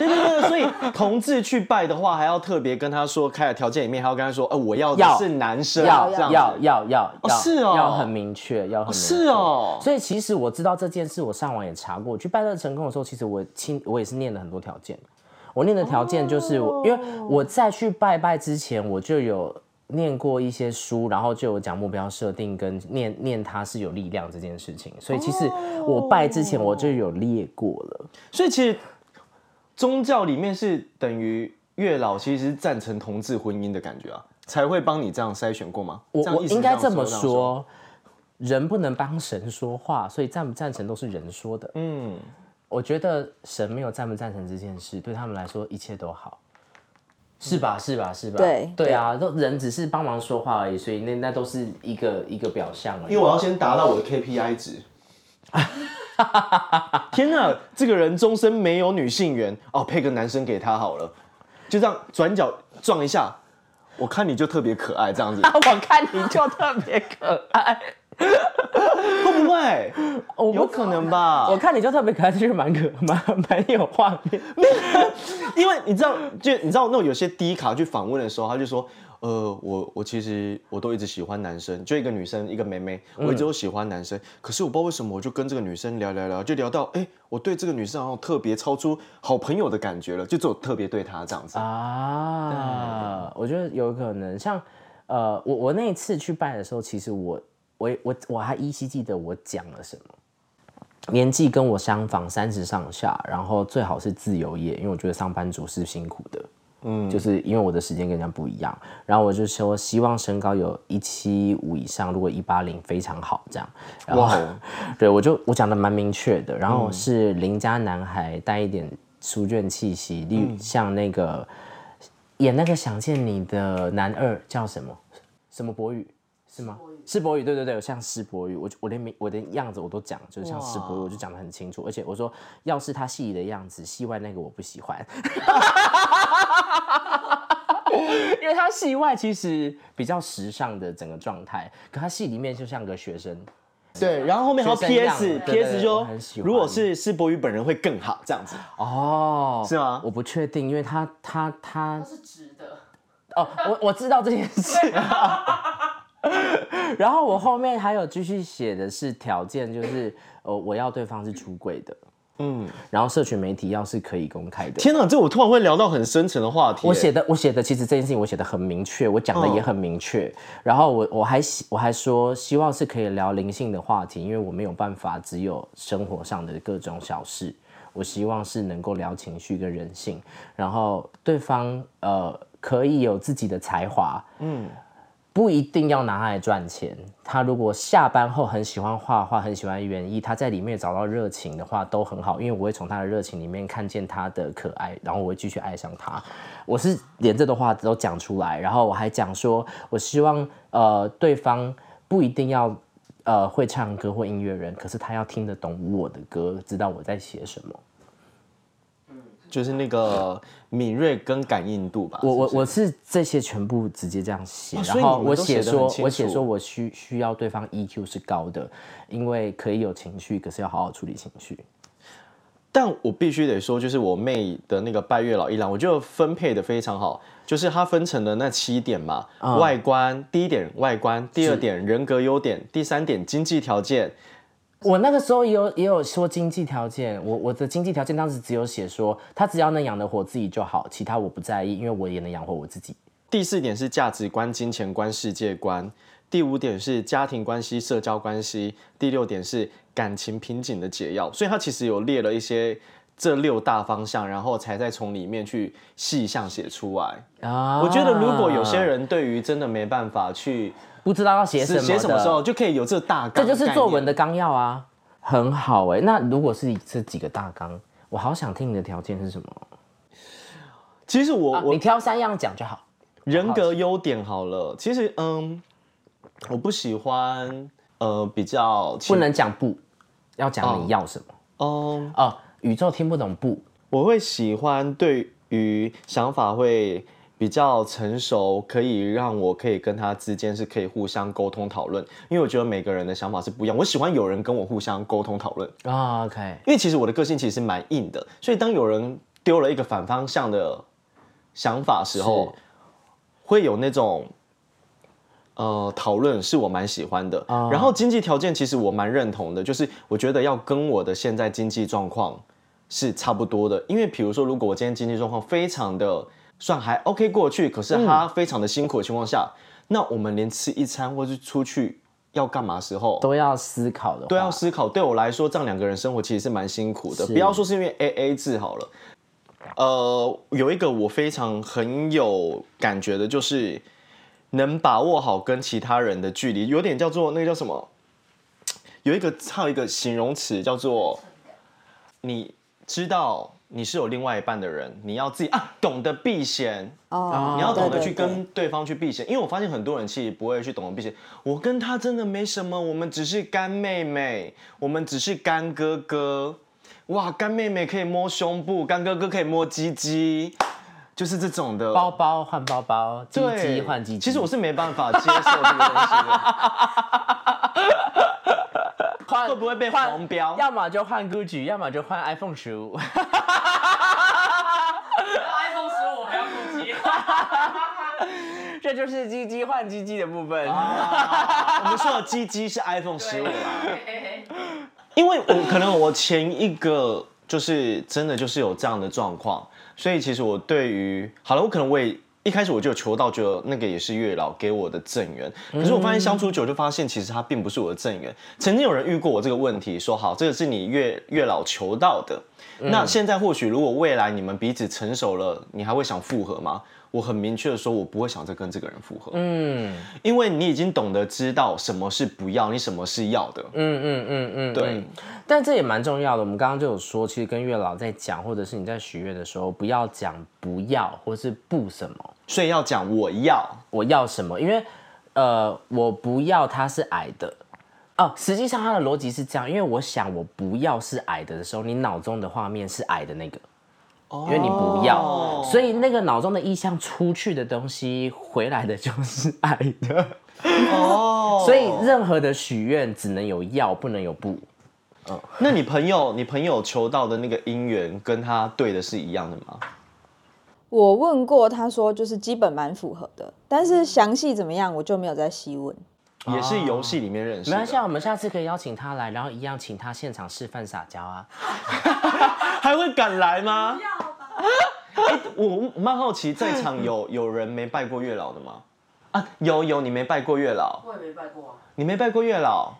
[SPEAKER 2] 对对对，所以同志去拜的话，还要特别跟他说，开的条件里面还要跟他说，呃，我要的
[SPEAKER 1] 要
[SPEAKER 2] 是男生，
[SPEAKER 1] 要
[SPEAKER 2] 这样
[SPEAKER 1] 要
[SPEAKER 2] 子
[SPEAKER 1] 要要要
[SPEAKER 2] 哦是哦
[SPEAKER 1] 要很明确，要很明确
[SPEAKER 2] 是哦
[SPEAKER 1] 所以其实我知道这件事，我上网也查过。去拜乐成功的时候，其实我亲我也是念了很多条件。我念的条件就是我，因为
[SPEAKER 2] 哦
[SPEAKER 1] 我在去拜拜之前，我就有念过一些书，然后就有讲目标设定跟念念它是有力量这件事情。所以其实我拜之前我就有列过了。
[SPEAKER 2] 所以其实宗教里面是等于月老其实是赞成同志婚姻的感觉啊，才会帮你这样筛选过吗？
[SPEAKER 1] 我
[SPEAKER 2] 这样
[SPEAKER 1] 我
[SPEAKER 2] 意思
[SPEAKER 1] 应该
[SPEAKER 2] 这
[SPEAKER 1] 这
[SPEAKER 2] 样
[SPEAKER 1] 么
[SPEAKER 2] 这样，
[SPEAKER 1] 说，人不能帮神说话，所以赞不赞成都是人说的。
[SPEAKER 2] 嗯，
[SPEAKER 1] 我觉得神没有赞不赞成这件事，对他们来说一切都好，是吧？是吧？是吧？
[SPEAKER 3] 对
[SPEAKER 1] 对啊，都人只是帮忙说话而已，所以那那都是一个一个表象而已。
[SPEAKER 2] 因为我要先达到我的 KPI 值。 天哪，这个人终身没有女性缘哦，配个男生给他好了，就这样转角撞一下，我看你就特别可爱这 样 子，
[SPEAKER 1] 我看你就特别 可爱，
[SPEAKER 2] 会不会？
[SPEAKER 1] 我
[SPEAKER 2] 有
[SPEAKER 1] 不
[SPEAKER 2] 可能吧？
[SPEAKER 1] 我看你就特别可爱，就是蛮可蛮蛮有画 面。
[SPEAKER 2] 因为你知道，
[SPEAKER 1] 嗯
[SPEAKER 2] 就你知道那种有些低卡去访问的时候，他就说，呃，我我其实我都一直喜欢男生，就一个女生一个妹妹，
[SPEAKER 1] 嗯
[SPEAKER 2] 我一直都喜欢男生，可是我不知道为什么，我就跟这个女生聊聊聊，就聊到，哎、我对这个女生好像特别超出好朋友的
[SPEAKER 1] 啊
[SPEAKER 2] 感觉了，就只有特别对她这样子。
[SPEAKER 1] 啊，我觉得有可能。像呃，我我那一次去拜的时候，其实我我我我还依稀记得我讲了什么。年纪跟我相仿，三十上下，然后最好是自由业，因为我觉得上班族是辛苦的。嗯，就是因为我的时间跟人家不一样，然后我就说希望身高有一七五以上，如果一八零非常好这样。然后
[SPEAKER 2] 哇哦，
[SPEAKER 1] 对我就我讲的蛮明确的，然后是邻家男孩带一点书卷气息，例如像那个演那个《想见你》的男二叫什么？什么博宇是吗？施博宇，对对对，像施博宇，我就我连名我的样子我都讲，就是像施博宇，我就讲的很清楚，而且我说要是他戏里的样子，戏外那个我不喜欢， 因为他戏外其实比较时尚的整个状态，可他戏里面就像个学生，
[SPEAKER 2] 对，然后后面还有
[SPEAKER 1] 学生样
[SPEAKER 2] PS
[SPEAKER 1] 对对
[SPEAKER 2] PS
[SPEAKER 1] 我
[SPEAKER 2] 说
[SPEAKER 1] 很喜，欢
[SPEAKER 2] 如果是是博宇本人会更好这样子，
[SPEAKER 1] 哦，
[SPEAKER 2] 是吗
[SPEAKER 1] 我不确定，因为他他他
[SPEAKER 4] 它是直的，
[SPEAKER 1] 哦，我我知道这件事。 然后我后面还有继续写的是条件，就是呃，我要对方是出柜的，
[SPEAKER 2] 嗯，
[SPEAKER 1] 然后社群媒体要是可以公开的。
[SPEAKER 2] 天哪，这我突然会聊到很深层的话题耶。
[SPEAKER 1] 我写的，我写的，其实这件事情我写的很明确，我讲的也很明确。然后我我还希我还说，希望是可以聊灵性的话题，因为我没有办法只有生活上的各种小事。我希望是能够聊情绪跟人性，然后对方呃可以有自己的才华，嗯，不一定要拿它来赚钱。他如果下班后很喜欢画画，很喜欢园艺，他在里面找到热情的话都很好，因为我会从他的热情里面看见他的可爱，然后我会继续爱上他。我是连这段话都讲出来，然后我还讲说，我希望呃对方不一定要呃会唱歌或音乐人，可是他要听得懂我的歌，知道我在写什么。
[SPEAKER 2] 就是那个敏锐跟感应度吧。
[SPEAKER 1] 我我
[SPEAKER 2] 是不是
[SPEAKER 1] 我是这些全部直接这样写，
[SPEAKER 2] 哦所以
[SPEAKER 1] 然后
[SPEAKER 2] 你们
[SPEAKER 1] 我
[SPEAKER 2] 都
[SPEAKER 1] 写
[SPEAKER 2] 写得
[SPEAKER 1] 说
[SPEAKER 2] 很清
[SPEAKER 1] 我写
[SPEAKER 2] 楚
[SPEAKER 1] 说我需需要对方 EQ 是高的，因为可以有情绪，可是要好好处理情绪。
[SPEAKER 2] 但我必须得说，就是我妹的那个拜月老一郎，我觉得分配的非常好，就是它分成了那七点嘛，外观第一点外观，第二点人格优点，第三点经济条件，
[SPEAKER 1] 我那个时候也有也有说经济条件，我我的经济条件当时只有写说他只要能养得活自己就好，其他我不在意，因为我也能养活我自己。
[SPEAKER 2] 第四点是价值观、金钱观、世界观。第五点是家庭关系、社交关系。第六点是感情瓶颈的解药。所以它其实有列了一些这六大方向，然后才再从里面去细项写出来。
[SPEAKER 1] 啊
[SPEAKER 2] 我觉得如果有些人对于真的没办法去
[SPEAKER 1] 不知道要写什
[SPEAKER 2] 是
[SPEAKER 1] 么，
[SPEAKER 2] 写什么时候，，就可以有这大纲
[SPEAKER 1] 这
[SPEAKER 2] 的概念，
[SPEAKER 1] 就是作文的纲要啊，很好哎、那如果是这几个大纲，我好想听你的条件是什么？啊
[SPEAKER 2] 其实我、我
[SPEAKER 1] 你挑三样讲就好。
[SPEAKER 2] 人格优点好了，其实嗯，我不喜欢呃比较
[SPEAKER 1] 不能讲不，要
[SPEAKER 2] 哦
[SPEAKER 1] 讲你要什么
[SPEAKER 2] 嗯。
[SPEAKER 1] 哦、宇宙听不懂不，
[SPEAKER 2] 我会喜欢对于想法会比较成熟，可以让我可以跟他之间是可以互相沟通讨论，因为我觉得每个人的想法是不一样。我喜欢有人跟我互相沟通讨论，哦
[SPEAKER 1] 啊、o k
[SPEAKER 2] 因为其实我的个性其实蛮硬的，所以当有人丢了一个反方向的想法时候，会有那种呃讨论是我蛮喜欢的。
[SPEAKER 1] 啊
[SPEAKER 2] 然后经济条件其实我蛮认同的，就是我觉得要跟我的现在经济状况是差不多的，因为比如说如果我今天经济状况非常的算还 OK 过去，可是他非常的辛苦的情况下，那我们连吃一餐或是出去要干嘛时候
[SPEAKER 1] 都要思考的话，
[SPEAKER 2] 都要思考。对我来说，这样两个人生活其实是蛮辛苦的。
[SPEAKER 1] 是
[SPEAKER 2] 不要说是因为 A A 制好了，呃，有一个我非常很有感觉的，就是能把握好跟其他人的距离，有点叫做那个叫什么？有一个还有一个形容词叫做你知道你是有另外一半的人，你要自己啊懂得避嫌。
[SPEAKER 3] 哦，
[SPEAKER 2] 你要懂得
[SPEAKER 3] 对
[SPEAKER 2] 去
[SPEAKER 3] 对对
[SPEAKER 2] 跟对方去避嫌，因为我发现很多人其实不会去懂得避嫌。我跟他真的没什么，我们只是干妹妹，我们只是干哥哥。哇，干妹妹可以摸胸部，干哥哥可以摸鸡鸡，就是这种的
[SPEAKER 1] 包包换包包，鸡
[SPEAKER 2] 对
[SPEAKER 1] 鸡换鸡鸡。
[SPEAKER 2] 其实我是没办法接受这个东西的，
[SPEAKER 1] 换
[SPEAKER 2] 会不会被
[SPEAKER 1] 换
[SPEAKER 2] 黄标
[SPEAKER 1] 要么就换 Gucci，要么就换 iPhone 十五。
[SPEAKER 4] iPhone 十五还要估计，
[SPEAKER 1] 这就是鸡鸡换鸡鸡的部分。
[SPEAKER 2] 哦我们说的鸡鸡是 iPhone 十五啦。
[SPEAKER 4] 对
[SPEAKER 2] 因为我可能我前一个就是真的就是有这样的状况，所以其实我对于好了，我可能我也一开始我就有求到，觉得那个也是月老给我的正缘。
[SPEAKER 1] 嗯
[SPEAKER 2] 可是我发现相处久就发现，其实他并不是我的正缘。曾经有人遇过我这个问题，说好这个是你月月老求到的。
[SPEAKER 1] 嗯
[SPEAKER 2] 那现在或许如果未来你们彼此成熟了，你还会想复合吗？我很明确的说，我不会想再跟这个人复合，
[SPEAKER 1] 嗯
[SPEAKER 2] 因为你已经懂得知道什么是不要，你什么是要的。
[SPEAKER 1] 嗯嗯嗯嗯，
[SPEAKER 2] 对
[SPEAKER 1] 嗯但这也蛮重要的。我们刚刚就有说，其实跟月老在讲，或者是你在许愿的时候，不要讲不要，或是不什么，
[SPEAKER 2] 所以要讲我要，
[SPEAKER 1] 我要什么，因为呃，我不要它是矮的。哦，实际上它的逻辑是这样，因为我想我不要是矮的的时候，你脑中的画面是矮的那个，因为你不要，
[SPEAKER 2] 哦
[SPEAKER 1] 所以那个脑中的意向出去的东西，回来的就是矮的。
[SPEAKER 2] 哦
[SPEAKER 1] 所以任何的许愿只能有要，不能有不。
[SPEAKER 2] 那你朋友，你朋友求到的那个姻缘跟他对的是一样的吗？
[SPEAKER 3] 我问过，他说就是基本蛮符合的，但是详细怎么样我就没有再细问。
[SPEAKER 2] 也是游戏里面认
[SPEAKER 1] 啊没
[SPEAKER 2] 识的，
[SPEAKER 1] 关系啊，我们下次可以邀请他来，然后一样请他现场示范撒娇啊。
[SPEAKER 2] 还会敢来吗？ 哎我蛮好奇，在场 有有人没拜过月老的吗？啊，有有，你没拜过月老，
[SPEAKER 4] 我也没拜过啊。
[SPEAKER 2] 你没拜过月老，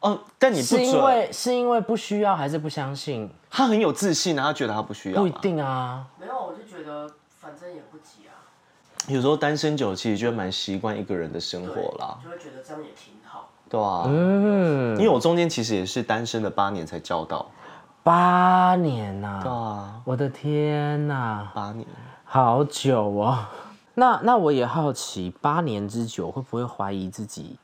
[SPEAKER 2] 哦，但你不
[SPEAKER 1] 是因
[SPEAKER 2] 准，
[SPEAKER 1] 为是因为不需要还是不相信？
[SPEAKER 2] 他很有自信啊，他觉得他不需要，
[SPEAKER 1] 不一。定啊。
[SPEAKER 4] 没有，我就觉得反正也不急啊，
[SPEAKER 2] 有时候单身久，其实就会蛮习惯一个人的生
[SPEAKER 4] 对
[SPEAKER 2] 活啦，
[SPEAKER 4] 就会觉得这样也挺好。
[SPEAKER 2] 对啊，
[SPEAKER 1] 嗯，
[SPEAKER 2] 因为我中间其实也是单身了八年才交到，
[SPEAKER 1] 八年呐、
[SPEAKER 2] 对啊，
[SPEAKER 1] 我的天呐、
[SPEAKER 2] 八年。
[SPEAKER 1] 好久哦。那那我也好奇，八年之久会不会怀疑自己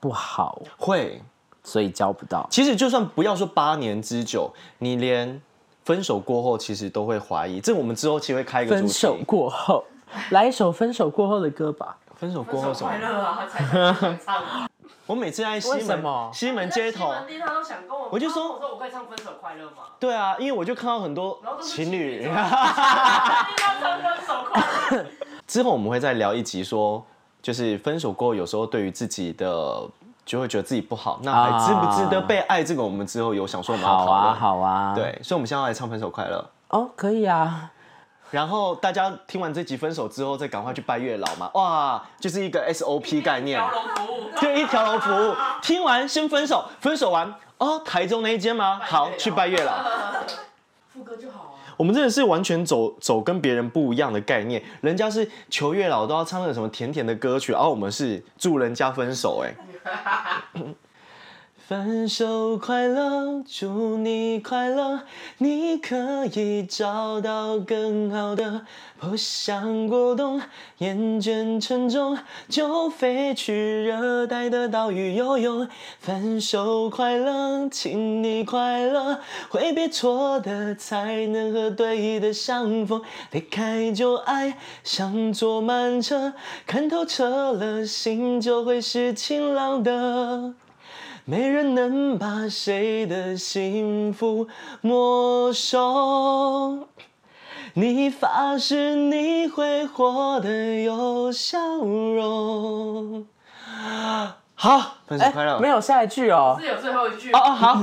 [SPEAKER 1] 不好，
[SPEAKER 2] 会，
[SPEAKER 1] 所以交不到？
[SPEAKER 2] 其实就算不要说八年之久，你连分手过后其实都会怀疑。这我们之后其实会开一个主
[SPEAKER 1] 分
[SPEAKER 2] 题
[SPEAKER 1] 手过后，来一首分手过后的歌吧。
[SPEAKER 2] 分手过
[SPEAKER 4] 分
[SPEAKER 2] 后
[SPEAKER 4] 手
[SPEAKER 2] 什
[SPEAKER 4] 快
[SPEAKER 2] 么？
[SPEAKER 4] 乐啊，才想唱啊。
[SPEAKER 2] 我每次在西
[SPEAKER 1] 为什么
[SPEAKER 2] 门西门街头
[SPEAKER 4] 西，门町他都想跟我，
[SPEAKER 2] 我就
[SPEAKER 4] 他
[SPEAKER 2] 说
[SPEAKER 4] 跟我说我可以唱分手快乐吗？
[SPEAKER 2] 对啊，因为我就看到很多
[SPEAKER 4] 然后都是
[SPEAKER 2] 情
[SPEAKER 4] 侣，
[SPEAKER 2] 侣
[SPEAKER 4] 一定。要唱分手快乐。
[SPEAKER 2] 之后我们会再聊一集说，就是分手过后有时候对于自己的。就会觉得自己不好，那还值不值得被爱？这个我们之后有想说我们要
[SPEAKER 1] 啊好
[SPEAKER 2] 讨论。
[SPEAKER 1] 啊，好啊。，
[SPEAKER 2] 对，所以我们现在要来唱《分手快乐》。
[SPEAKER 1] 哦，可以啊。
[SPEAKER 2] 然后大家听完这集分手之后，再赶快去拜月老嘛！哇，就是一个 SOP 概念，
[SPEAKER 4] 条龙服务。
[SPEAKER 2] 就一条龙服务。听完先分手，分手完哦，台中那一间吗？好，去拜月老。
[SPEAKER 4] 副歌就好啊，
[SPEAKER 2] 我们真的是完全走走跟别人不一样的概念，人家是求月老都要唱那个什么甜甜的歌曲，而、我们是祝人家分手、哎。分手快乐，祝你快乐，你可以找到更好的。不想过冬，厌倦沉重，就飞去热带的岛屿游泳。分手快乐，请你快乐，挥别错的，才能和对的相逢。离开就爱，像坐慢车，看透彻了，心就会是晴朗的。没人能把谁的幸福没收。你发誓你会活得有笑容。好，分手快乐。
[SPEAKER 1] 没有下一句哦。
[SPEAKER 4] 是有最后一句
[SPEAKER 2] 哎哦。哦，好。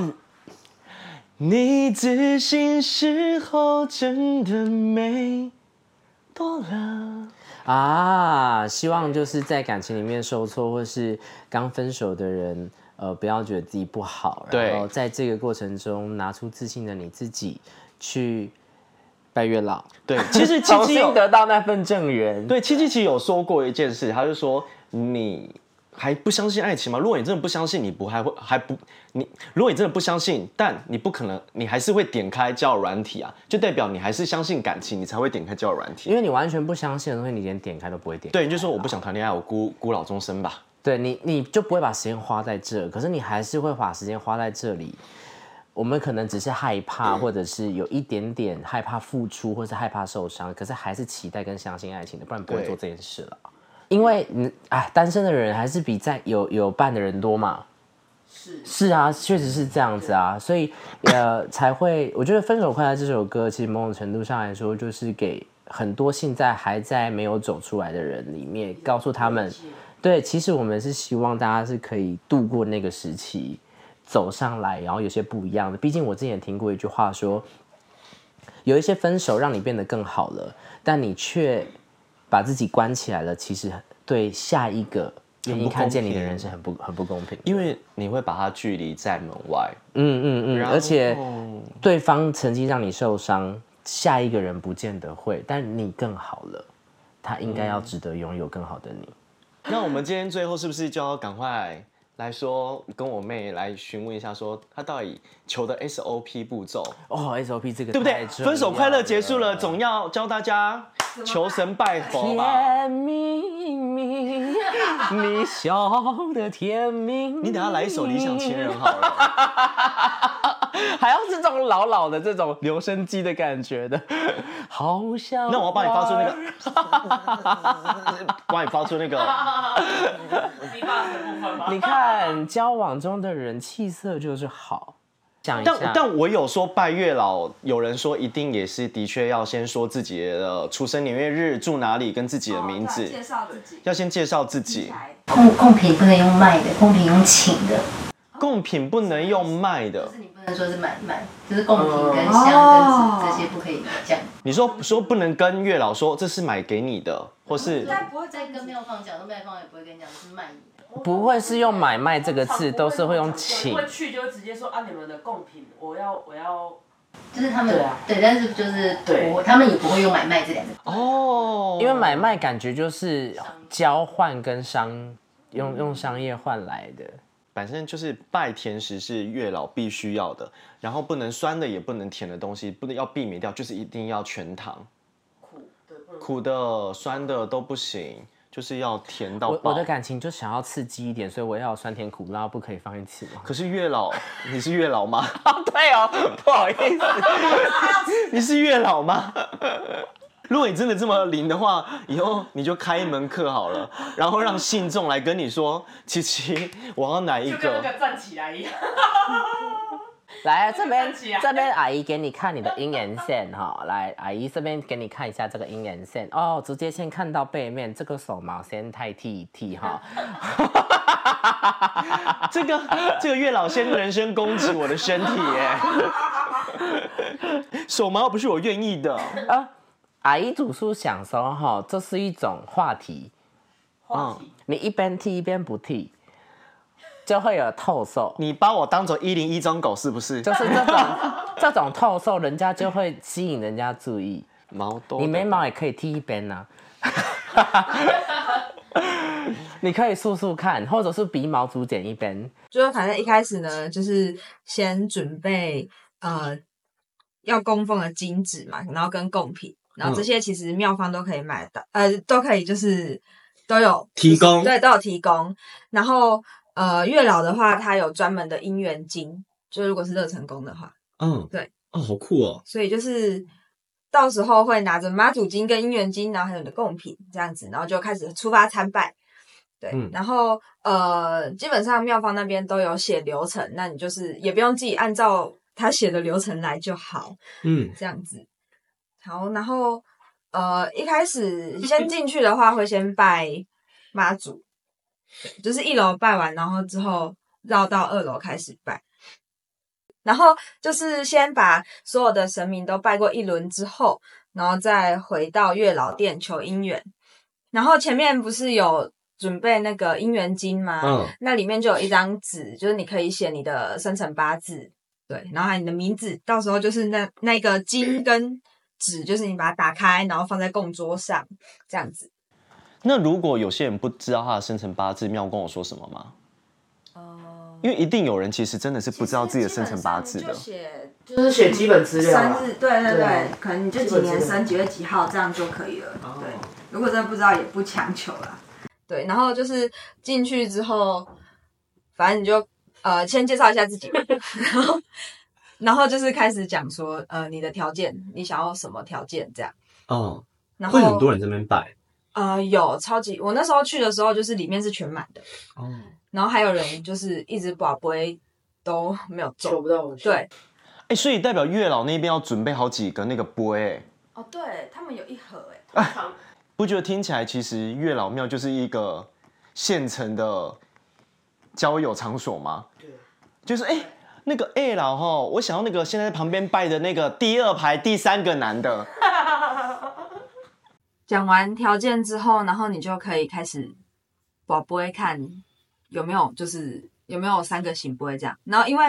[SPEAKER 2] 你自信时候真的美多了。
[SPEAKER 1] 啊，希望就是在感情里面受挫，或是刚分手的人，呃，不要觉得自己不好，然
[SPEAKER 2] 对
[SPEAKER 1] 后在这个过程中拿出自信的你自己去拜月老，
[SPEAKER 2] 对，其实七
[SPEAKER 1] 重
[SPEAKER 2] 七
[SPEAKER 1] 新
[SPEAKER 2] 有
[SPEAKER 1] 得到那份正缘。
[SPEAKER 2] 对七七其实有说过一件事，他就说你还不相信爱情吗？如果你真的不相信，你不还会还不你，如果你真的不相信，但你不可能，你还是会点开交友软体啊，就代表你还是相信感情，你才会点开交友软体
[SPEAKER 1] 因。为你完全不相信的东西，你连点开都不会点开。
[SPEAKER 2] 对，你就说我不想谈恋爱，我孤孤老终生吧。
[SPEAKER 1] 对你，你就不会把时间花在这，可是你还是会把时间花在这里。我们可能只是害怕，或者是有一点点害怕付出，或是害怕受伤，可是还是期待跟相信爱情的，不然不会
[SPEAKER 2] 对
[SPEAKER 1] 做这件事了。因为你哎，单身的人还是比在有有伴的人多嘛。
[SPEAKER 4] 是
[SPEAKER 1] 是啊，确实是这样子啊，所以呃才会，我觉得《分手快乐》这首歌，其实某种程度上来说，就是给很多现在还在没有走出来的人里面，告诉他们。对，其实我们是希望大家是可以度过那个时期，走上来，然后有些不一样的。毕竟我之前也听过一句话说，有一些分手让你变得更好了，但你却把自己关起来了，其实对下一个愿意
[SPEAKER 2] 很不
[SPEAKER 1] 看见你的
[SPEAKER 2] 公平
[SPEAKER 1] 人是很不很不公平。
[SPEAKER 2] 因为你会把它距离在门外，
[SPEAKER 1] 嗯嗯嗯，
[SPEAKER 2] 然
[SPEAKER 1] 而且
[SPEAKER 2] 后
[SPEAKER 1] 对方曾经让你受伤，下一个人不见得会，但你更好了，他应该要
[SPEAKER 2] 嗯
[SPEAKER 1] 值得拥有更好的你。
[SPEAKER 2] 那我们今天最后是不是就要赶快来说，跟我妹来询问一下，说她到底求的 SOP 步骤，
[SPEAKER 1] 哦，SOP 这个
[SPEAKER 2] 对不对
[SPEAKER 1] 太？重
[SPEAKER 2] 分手快乐
[SPEAKER 1] 要
[SPEAKER 2] 结束了，总要教大家求神拜佛吧。
[SPEAKER 1] 甜蜜蜜， 你笑的甜蜜蜜。
[SPEAKER 2] 你等下来一首《理想情人》好 了，
[SPEAKER 1] 还要这种老老的这种留声机的感觉 的，好想。
[SPEAKER 2] 那我要帮你发出那个， 帮你发出那个，
[SPEAKER 4] 你爸的部分吗？
[SPEAKER 2] 啊
[SPEAKER 1] 你看，交往中的人气色就是好。想一下，
[SPEAKER 2] 但但我有说拜月老，有人说一定也是的确要先说自己的呃出生年月日、住哪里跟自己的名字，
[SPEAKER 3] 哦啊介绍自己。
[SPEAKER 2] 要先介绍自己。
[SPEAKER 7] 贡贡品不能用卖的，贡品用请的，
[SPEAKER 2] 贡品不能用卖
[SPEAKER 3] 哦
[SPEAKER 2] 的
[SPEAKER 7] 就，是你不能说是买卖，就是贡品跟香
[SPEAKER 4] 哦
[SPEAKER 7] 跟纸这些不可以讲。
[SPEAKER 2] 你说说不能跟月老说这是买给你的，或
[SPEAKER 3] 啊
[SPEAKER 2] 是
[SPEAKER 7] 不会再跟庙方讲，跟庙方也不会跟你讲是卖你的。
[SPEAKER 1] 不会是用买卖这个字，都是会用
[SPEAKER 4] 有
[SPEAKER 1] 请
[SPEAKER 4] 人。会去就会直接说啊，你们的贡品，我要我要。
[SPEAKER 7] 就是他们
[SPEAKER 4] 对啊
[SPEAKER 7] 对，但是就是
[SPEAKER 4] 对
[SPEAKER 7] 我他们也不会用买卖这两 个字。
[SPEAKER 2] 哦，
[SPEAKER 1] 因为买卖感觉就是交换跟商，
[SPEAKER 2] 嗯
[SPEAKER 1] 用用商业换来的。
[SPEAKER 2] 本身就是拜甜食是月老必须要的，然后不能酸的也不能甜的东西，不能要避免掉，就是一定要全糖，
[SPEAKER 4] 苦，对，不能
[SPEAKER 2] 苦的、酸的都不行，就是要甜到
[SPEAKER 1] 我
[SPEAKER 2] 爆。
[SPEAKER 1] 我的感情就想要刺激一点，所以我要有酸甜苦辣，不可以放一起吗？
[SPEAKER 2] 可是月老，你是月老吗？
[SPEAKER 1] 对哦，不好意思。
[SPEAKER 2] 你是月老吗？如果你真的这么灵的话，以后你就开一门课好了，然后让信众来跟你说， 琪琪，我要哪一
[SPEAKER 4] 就跟那
[SPEAKER 2] 个？
[SPEAKER 4] 个站起来一样。
[SPEAKER 1] 来这边
[SPEAKER 4] 站起来
[SPEAKER 1] 这边阿姨给你看你的姻缘线哈、来阿姨这边给你看一下这个姻缘线哦，直接先看到背面这个手毛先太剃一剃哈、
[SPEAKER 2] 这个这个月老先人身攻击我的身体 耶，手毛不是我愿意的，
[SPEAKER 1] 阿姨主诉想说哈、这是一种话题，
[SPEAKER 4] 话题，
[SPEAKER 1] 你一边剃一边不剃，就会有透瘦，
[SPEAKER 2] 你把我当做一零一张狗是不是？
[SPEAKER 1] 就是这 种这种透瘦，人家就会吸引人家注意。
[SPEAKER 2] 毛多的，
[SPEAKER 1] 你眉毛也可以剃一边啊呐、 你可以竖竖看，或者是鼻毛竹剪一边。
[SPEAKER 6] 就是反正一开始呢，就是先准备呃要供奉的金纸嘛，然后跟贡品，
[SPEAKER 2] 嗯
[SPEAKER 6] 然后这些其实庙方都可以买到，呃，都可以就是都有
[SPEAKER 2] 提供
[SPEAKER 6] 对，都有提供。然后呃，月老的话，他有专门的姻缘金，就如果是乐成功的话，
[SPEAKER 2] 嗯，
[SPEAKER 6] 对，
[SPEAKER 2] 哦，好酷哦，
[SPEAKER 6] 所以就是到时候会拿着妈祖金跟姻缘金，然后还有你的贡品这样子，然后就开始出发参拜。对，
[SPEAKER 2] 嗯
[SPEAKER 6] 然后呃，基本上庙方那边都有写流程，那你就是也不用自己按照他写的流程来就好，
[SPEAKER 2] 嗯，
[SPEAKER 6] 这样子。好，然后呃，一开始先进去的话，会先拜妈祖，对就是一楼拜完，然后之后绕到二楼开始拜。然后就是先把所有的神明都拜过一轮之后，然后再回到月老殿求姻缘。然后前面不是有准备那个姻缘经吗？
[SPEAKER 2] 嗯
[SPEAKER 6] 那里面就有一张纸，就是你可以写你的生辰八字，对，然后还有你的名字，到时候就是那那个金跟纸，就是你把它打开，然后放在供桌上这样子。
[SPEAKER 2] 那如果有些人不知道他的生辰八字，妙跟我说什么吗？
[SPEAKER 6] 哦、
[SPEAKER 2] 因为一定有人其实真的是不知道自己的生辰八字的
[SPEAKER 6] 就。写
[SPEAKER 4] 就是写基本资料啦
[SPEAKER 6] 生。日，对对
[SPEAKER 4] 对
[SPEAKER 6] 对
[SPEAKER 4] 啊，
[SPEAKER 6] 可能你就
[SPEAKER 4] 基
[SPEAKER 6] 几
[SPEAKER 4] 本
[SPEAKER 6] 年
[SPEAKER 4] 资料哦
[SPEAKER 6] 生几月几号这样就可以了。对，如果真的不知道也不强求啦。对，然后就是进去之后，反正你就呃先介绍一下自己， 然后然后就是开始讲说呃你的条件，你想要什么条件这样。
[SPEAKER 2] 嗯，
[SPEAKER 6] 然后
[SPEAKER 2] 人这边拜。
[SPEAKER 6] 呃有超级，我那时候去的时候就是里面是全满的，
[SPEAKER 2] 哦，
[SPEAKER 6] 然后还有人就是一直宝贝都没有
[SPEAKER 4] 求
[SPEAKER 6] 中
[SPEAKER 4] 不。到我，
[SPEAKER 6] 对，
[SPEAKER 2] 哎，所以代表月老那边要准备好几个那个波哎，
[SPEAKER 6] 哦对，他们有一盒哎。
[SPEAKER 4] 通常
[SPEAKER 2] 不觉得听起来其实月老庙就是一个现成的交友场所吗？
[SPEAKER 4] 对，
[SPEAKER 2] 就是哎。那个哎老哈，我想要那个现在在旁边拜的那个第二排第三个男的，
[SPEAKER 6] 讲完条件之后，然后你就可以开始宝贝看有没有就是有没有三个行不会这样。然后因为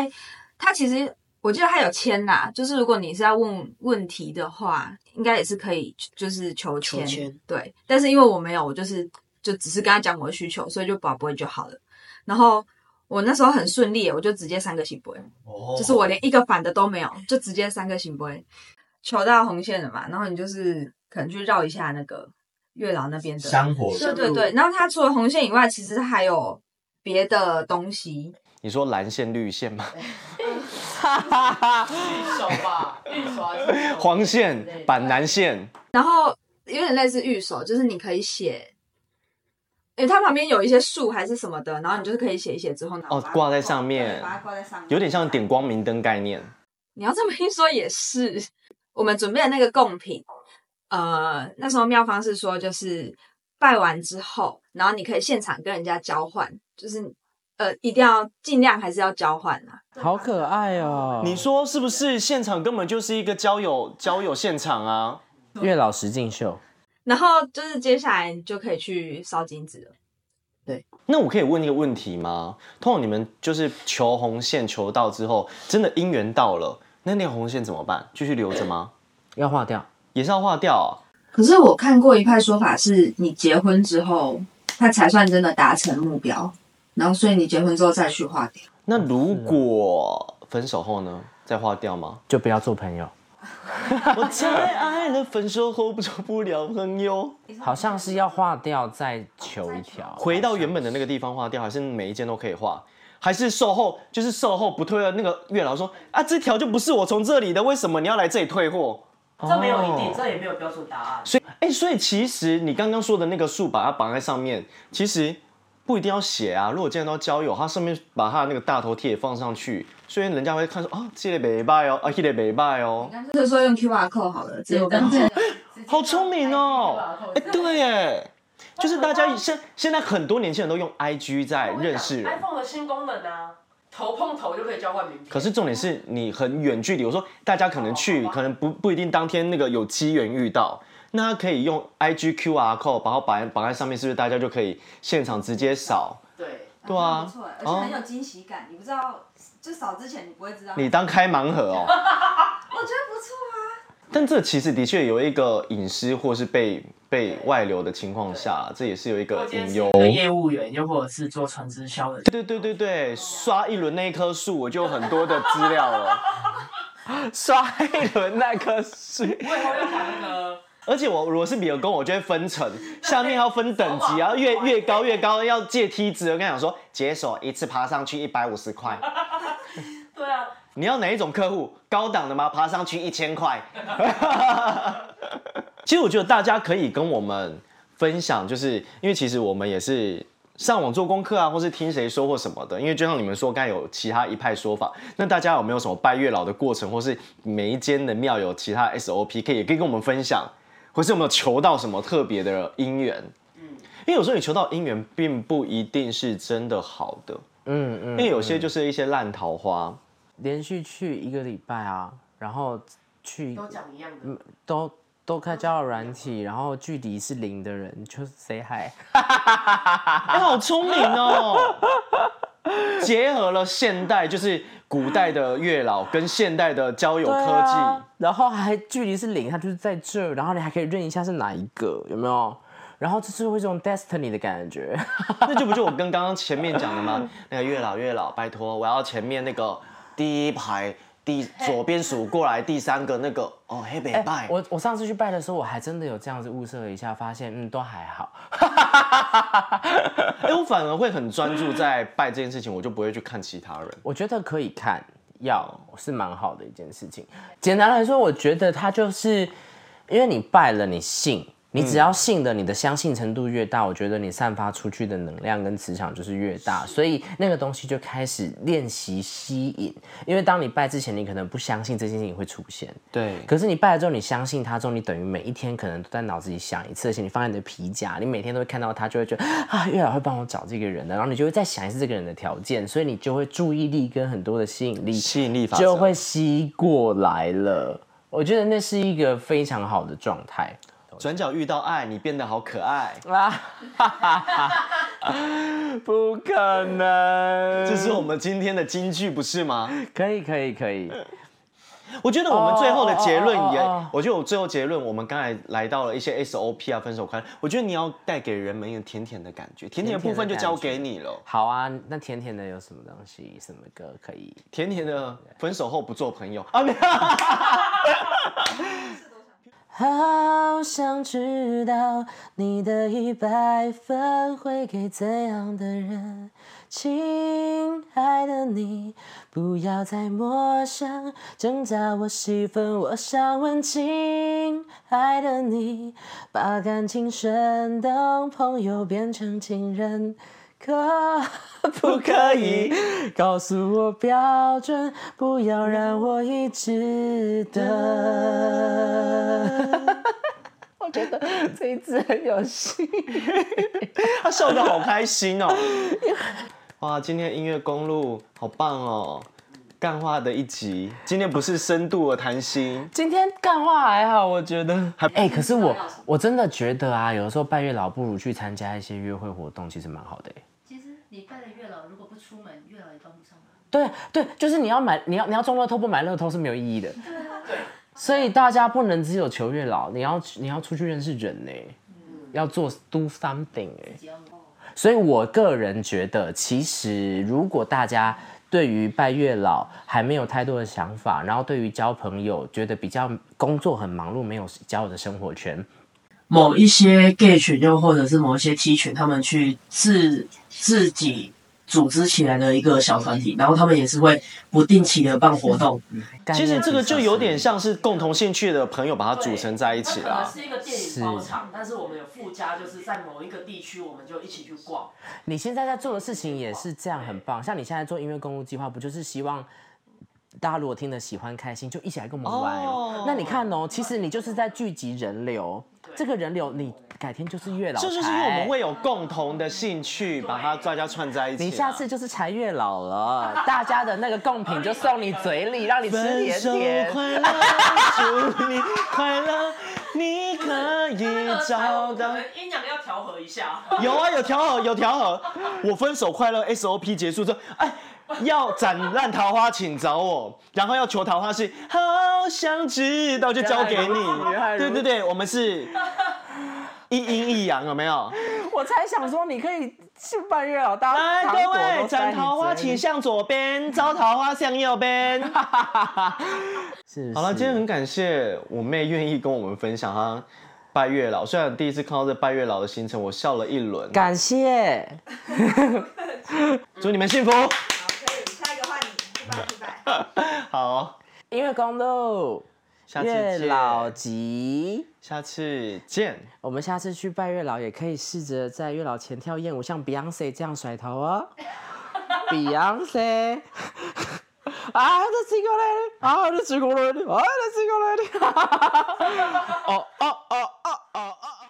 [SPEAKER 6] 它其实我记得它有签啦，就是如果你是要问问题的话，应该也是可以就是求
[SPEAKER 7] 求
[SPEAKER 6] 签，
[SPEAKER 7] 签
[SPEAKER 6] 对。但是因为我没有，我就是就只是跟他讲我的需求，所以就宝贝就好了。然后我那时候很顺利，我就直接三个行不会。
[SPEAKER 2] 哦
[SPEAKER 6] 就是我连一个反的都没有，就直接三个行不会，球到红线了嘛，然后你就是可能去绕一下那个月老那边的，
[SPEAKER 8] 香火
[SPEAKER 6] 对对对，然后它除了红线以外，其实还有别的东西，
[SPEAKER 2] 你说蓝线、绿线 吗？
[SPEAKER 4] 运手吧，啊运手还是运手
[SPEAKER 2] 黄
[SPEAKER 4] 之类
[SPEAKER 2] 线、
[SPEAKER 4] 的
[SPEAKER 2] 板南线，
[SPEAKER 6] 然后有点类似玉手，就是你可以写。诶，它旁边有一些树还是什么的，然后你就是可以写一写之后，然后
[SPEAKER 2] 哦
[SPEAKER 6] 把它
[SPEAKER 2] 挂在上面
[SPEAKER 6] 对把它挂在上面，
[SPEAKER 2] 有点像点光明灯概念。
[SPEAKER 6] 你要这么一说也是，我们准备的那个贡品，呃，那时候妙方是说，就是拜完之后，然后你可以现场跟人家交换，就是呃，一定要尽量还是要交换啦。
[SPEAKER 1] 啊好可爱哦！
[SPEAKER 2] 你说是不是？现场根本就是一个交友交友现场啊！
[SPEAKER 1] 月老石进秀，
[SPEAKER 6] 然后就是接下来你就可以去烧金纸了。
[SPEAKER 2] 那我可以问一个问题吗？通常你们就是求红线求到之后，真的姻缘到了，那条红线怎么办？继续留着吗？
[SPEAKER 1] 要化掉，
[SPEAKER 2] 也是要化掉啊、
[SPEAKER 6] 可是我看过一派说法是，你结婚之后，它才算真的达成目标，然后所以你结婚之后再去化掉。
[SPEAKER 2] 那如果分手后呢？再化掉吗？
[SPEAKER 1] 就不要做朋友，
[SPEAKER 2] 我太爱了，分手后不做不了朋友。
[SPEAKER 1] 好像是要化掉再求一条，
[SPEAKER 2] 回到原本的那个地方化掉，还是每一件都可以化？还是售后就是售后不退了？那个月老说啊，这条就不是我从这里的，为什么你要来这里退货？
[SPEAKER 4] 这没有一定，这也没有标准答案。
[SPEAKER 2] 哦所以，哎、所以其实你刚刚说的那个树，把它绑在上面，其实不一定要写啊。如果既然都交友，它上面把它的那个大头贴也放上去，所以人家会看说啊，这个北拜哦，啊，这个北拜哦，
[SPEAKER 6] 就是说用 QR code 好了，直接
[SPEAKER 7] 当这
[SPEAKER 2] 好聪明哦！哎、对耶，就是大家现现在很多年轻人都用 IG 在哎认识人。
[SPEAKER 4] iPhone 的新功能啊，头碰头就可以交换名片。
[SPEAKER 2] 可是重点是你很远距离，我说大家可能去，可能不不一定当天那个有机缘遇到，那他可以用 I G Q R code，然后绑绑在上面，是不是大家就可以现场直接扫？
[SPEAKER 4] 对，
[SPEAKER 2] 对啊
[SPEAKER 9] 不，错，而且
[SPEAKER 2] 哦
[SPEAKER 9] 很有惊喜感。你不知道，就扫之前你不会知道。
[SPEAKER 2] 你当开盲盒哦。
[SPEAKER 9] 我觉得不错啊。
[SPEAKER 2] 但这其实的确有一个隐私或是被被外流的情况下，这也是有一
[SPEAKER 4] 如
[SPEAKER 2] 个
[SPEAKER 4] 果今天
[SPEAKER 2] 隐
[SPEAKER 4] 是
[SPEAKER 2] 忧
[SPEAKER 4] 一。个业务员，又或者是做传直销的人，
[SPEAKER 2] 对对对对，刷一轮那一棵树，我就有很多的资料了。 刷一轮那棵树。
[SPEAKER 4] 我以后要把那个
[SPEAKER 2] 而且我如果是比尔公，我就会分层，下面要分等级，然后越越高越高，要借梯子。我跟你讲说，解锁一次爬上去一百五十块。
[SPEAKER 4] 对啊，
[SPEAKER 2] 你要哪一种客户？高档的吗？爬上去一千块。 其实我觉得大家可以跟我们分享，就是因为其实我们也是上网做功课啊，或是听谁说或什么的。因为就像你们说，刚才有其他一派说法，那大家有没有什么拜月老的过程，或是每一间的庙有其他 SOP，可以也可以跟我们分享，或是有没有求到什么特别的姻缘？因为有时候你求到姻缘，并不一定是真的好的，
[SPEAKER 1] 嗯嗯，
[SPEAKER 2] 因为有些就是一些烂桃花。
[SPEAKER 1] 连续去一个礼拜啊，然后去
[SPEAKER 4] 都讲一样的，
[SPEAKER 1] 都都开交友软体，然后距离是零的人就是 say hi，
[SPEAKER 2] 哎、好聪明哦！结合了现代，就是古代的月老跟现代的交友
[SPEAKER 1] 有
[SPEAKER 2] 科技，
[SPEAKER 1] 啊然后还距离是零，他就是在这儿，然后你还可以认一下是哪一个，有没有？然后这是会这种 destiny 的感觉，
[SPEAKER 2] 那就不就我跟刚刚前面讲的吗？那个月老，月老，拜托，我要前面那个第一排第左边数过来第三个那个哦，黑北拜。
[SPEAKER 1] 哎 我我上次去拜的时候，我还真的有这样子物色了一下，发现嗯都还好，
[SPEAKER 2] 哎、我反而会很专注在拜这件事情，我就不会去看其他人。
[SPEAKER 1] 我觉得可以看，要是蛮好的一件事情。简单来说，我觉得它就是因为你拜了，你信，你只要信的，你的相信程度越大，我觉得你散发出去的能量跟磁场就是越大，所以那个东西就开始练习吸引。因为当你拜之前，你可能不相信这件事情会出现，
[SPEAKER 2] 对
[SPEAKER 1] 可是你拜了之后，你相信它之后，你等于每一天可能都在脑子里想一次，而且你放在你的皮夹，你每天都会看到它，就会觉得啊，月老会帮我找这个人的，然后你就会再想一次这个人的条件，所以你就会注意力跟很多的吸引力
[SPEAKER 2] 吸引力法则
[SPEAKER 1] 就会吸过来了。我觉得那是一个非常好的状态。走
[SPEAKER 2] 转角遇到爱，你变得好可爱，
[SPEAKER 1] 啊，哈哈哈不可能，
[SPEAKER 2] 这是我们今天的金句，不是吗？
[SPEAKER 1] 可以可以可以，
[SPEAKER 2] 我觉得我们最后的结论也
[SPEAKER 1] 哦哦哦哦哦，
[SPEAKER 2] 我觉得我最后结论，我们刚才来到了一些 SOP 啊，分手快乐。我觉得你要带给人们一个甜甜的感觉，甜甜的部分就交给你了。
[SPEAKER 1] 好啊，那甜甜的有什么东西，什么歌可以？
[SPEAKER 2] 甜甜的，分手后不做朋友 啊，没有。
[SPEAKER 1] 好想知道你的一百分会给怎样的人？亲爱的你，不要再默想，挣扎我戏份，我想问亲爱的你，把感情升等朋友变成情人，可不可以？告诉我标准，不要让我一直等。我觉得这一次很有戏。
[SPEAKER 2] 他笑得好开心哦！哇，今天音乐公路好棒哦，干话的一集。今天不是深度的谈心，
[SPEAKER 1] 今天干话还好，我觉得。
[SPEAKER 2] 还
[SPEAKER 1] 哎、可是我我真的觉得啊，有的时候拜月老不如去参加一些约会活动，其实蛮好的、哎
[SPEAKER 7] 其实你拜了月老，如果不出门，月老也帮不上忙。
[SPEAKER 1] 对对，就是你要买，你要你要中乐透不买乐透是没有意义的。所以大家不能只有求月老，你要你要出去认识人呢、要做 do something 哎、
[SPEAKER 7] 只要
[SPEAKER 1] 所以我个人觉得，其实如果大家对于拜月老还没有太多的想法，然后对于交朋友觉得比较工作很忙碌，没有交友的生活圈，
[SPEAKER 5] 某一些 gay 群，又或者是某一些 T 群，他们去自自己组织起来的一个小团体，然后他们也是会不定期的办活动，
[SPEAKER 2] 其实这个就有点像是共同兴趣的朋友把它
[SPEAKER 4] 对
[SPEAKER 2] 组成在一起
[SPEAKER 4] 它可能
[SPEAKER 2] 啦。
[SPEAKER 4] 是一个电影包场，但是我们有附加，就是在某一个地区，我们就一起去逛。
[SPEAKER 1] 你现在在做的事情也是这样，很棒。像你现在做音乐公路计划，不就是希望大家如果听得喜欢、开心，就一起来跟我们玩？
[SPEAKER 2] 哦
[SPEAKER 1] 那你看哦，其实你就是在聚集人流，这个人流你改天就是月老，
[SPEAKER 2] 这就是因为我们。会有共同的兴趣，把它大家串在一起啦。
[SPEAKER 1] 你下次就是柴月老了，大家的那个贡品就送你嘴里，让你吃
[SPEAKER 2] 分
[SPEAKER 1] 甜
[SPEAKER 2] 手
[SPEAKER 1] 甜。
[SPEAKER 2] 快 乐，祝你快乐，你可以找
[SPEAKER 4] 呃我
[SPEAKER 2] 到。
[SPEAKER 4] 们阴阳要调和一下。
[SPEAKER 2] 有啊，有调和，有调和。我分手快乐 SOP 结束之后，哎，要斩烂桃花请找我，然后要求桃花是好想知道就交给 你
[SPEAKER 1] 原来。如此
[SPEAKER 2] 对对对，我们是一阴一阳，有没 有？
[SPEAKER 1] 我才想说，你可以去拜月老，大
[SPEAKER 2] 来，
[SPEAKER 1] 家
[SPEAKER 2] 各位，斩
[SPEAKER 1] 斩
[SPEAKER 2] 桃花请向左边，招桃花向右边。
[SPEAKER 1] 是
[SPEAKER 2] 好了，今天很感谢我妹愿意跟我们分享她拜月老。虽然第一次看到这拜月老的行程，我笑了一轮。
[SPEAKER 1] 感谢。
[SPEAKER 2] 祝你们幸福。
[SPEAKER 9] 好，可以，下一个换你，拜拜拜。
[SPEAKER 2] 好，
[SPEAKER 1] 音乐公路
[SPEAKER 2] 下次
[SPEAKER 1] 月
[SPEAKER 2] 见。
[SPEAKER 1] 老集，
[SPEAKER 2] 下次见。
[SPEAKER 1] 我们下次去拜月老也可以试着在月老前跳艳舞，像 Beyonce 这样甩头哦。Beyonce。啊，这几个人，啊，这几个人，啊，这几个人，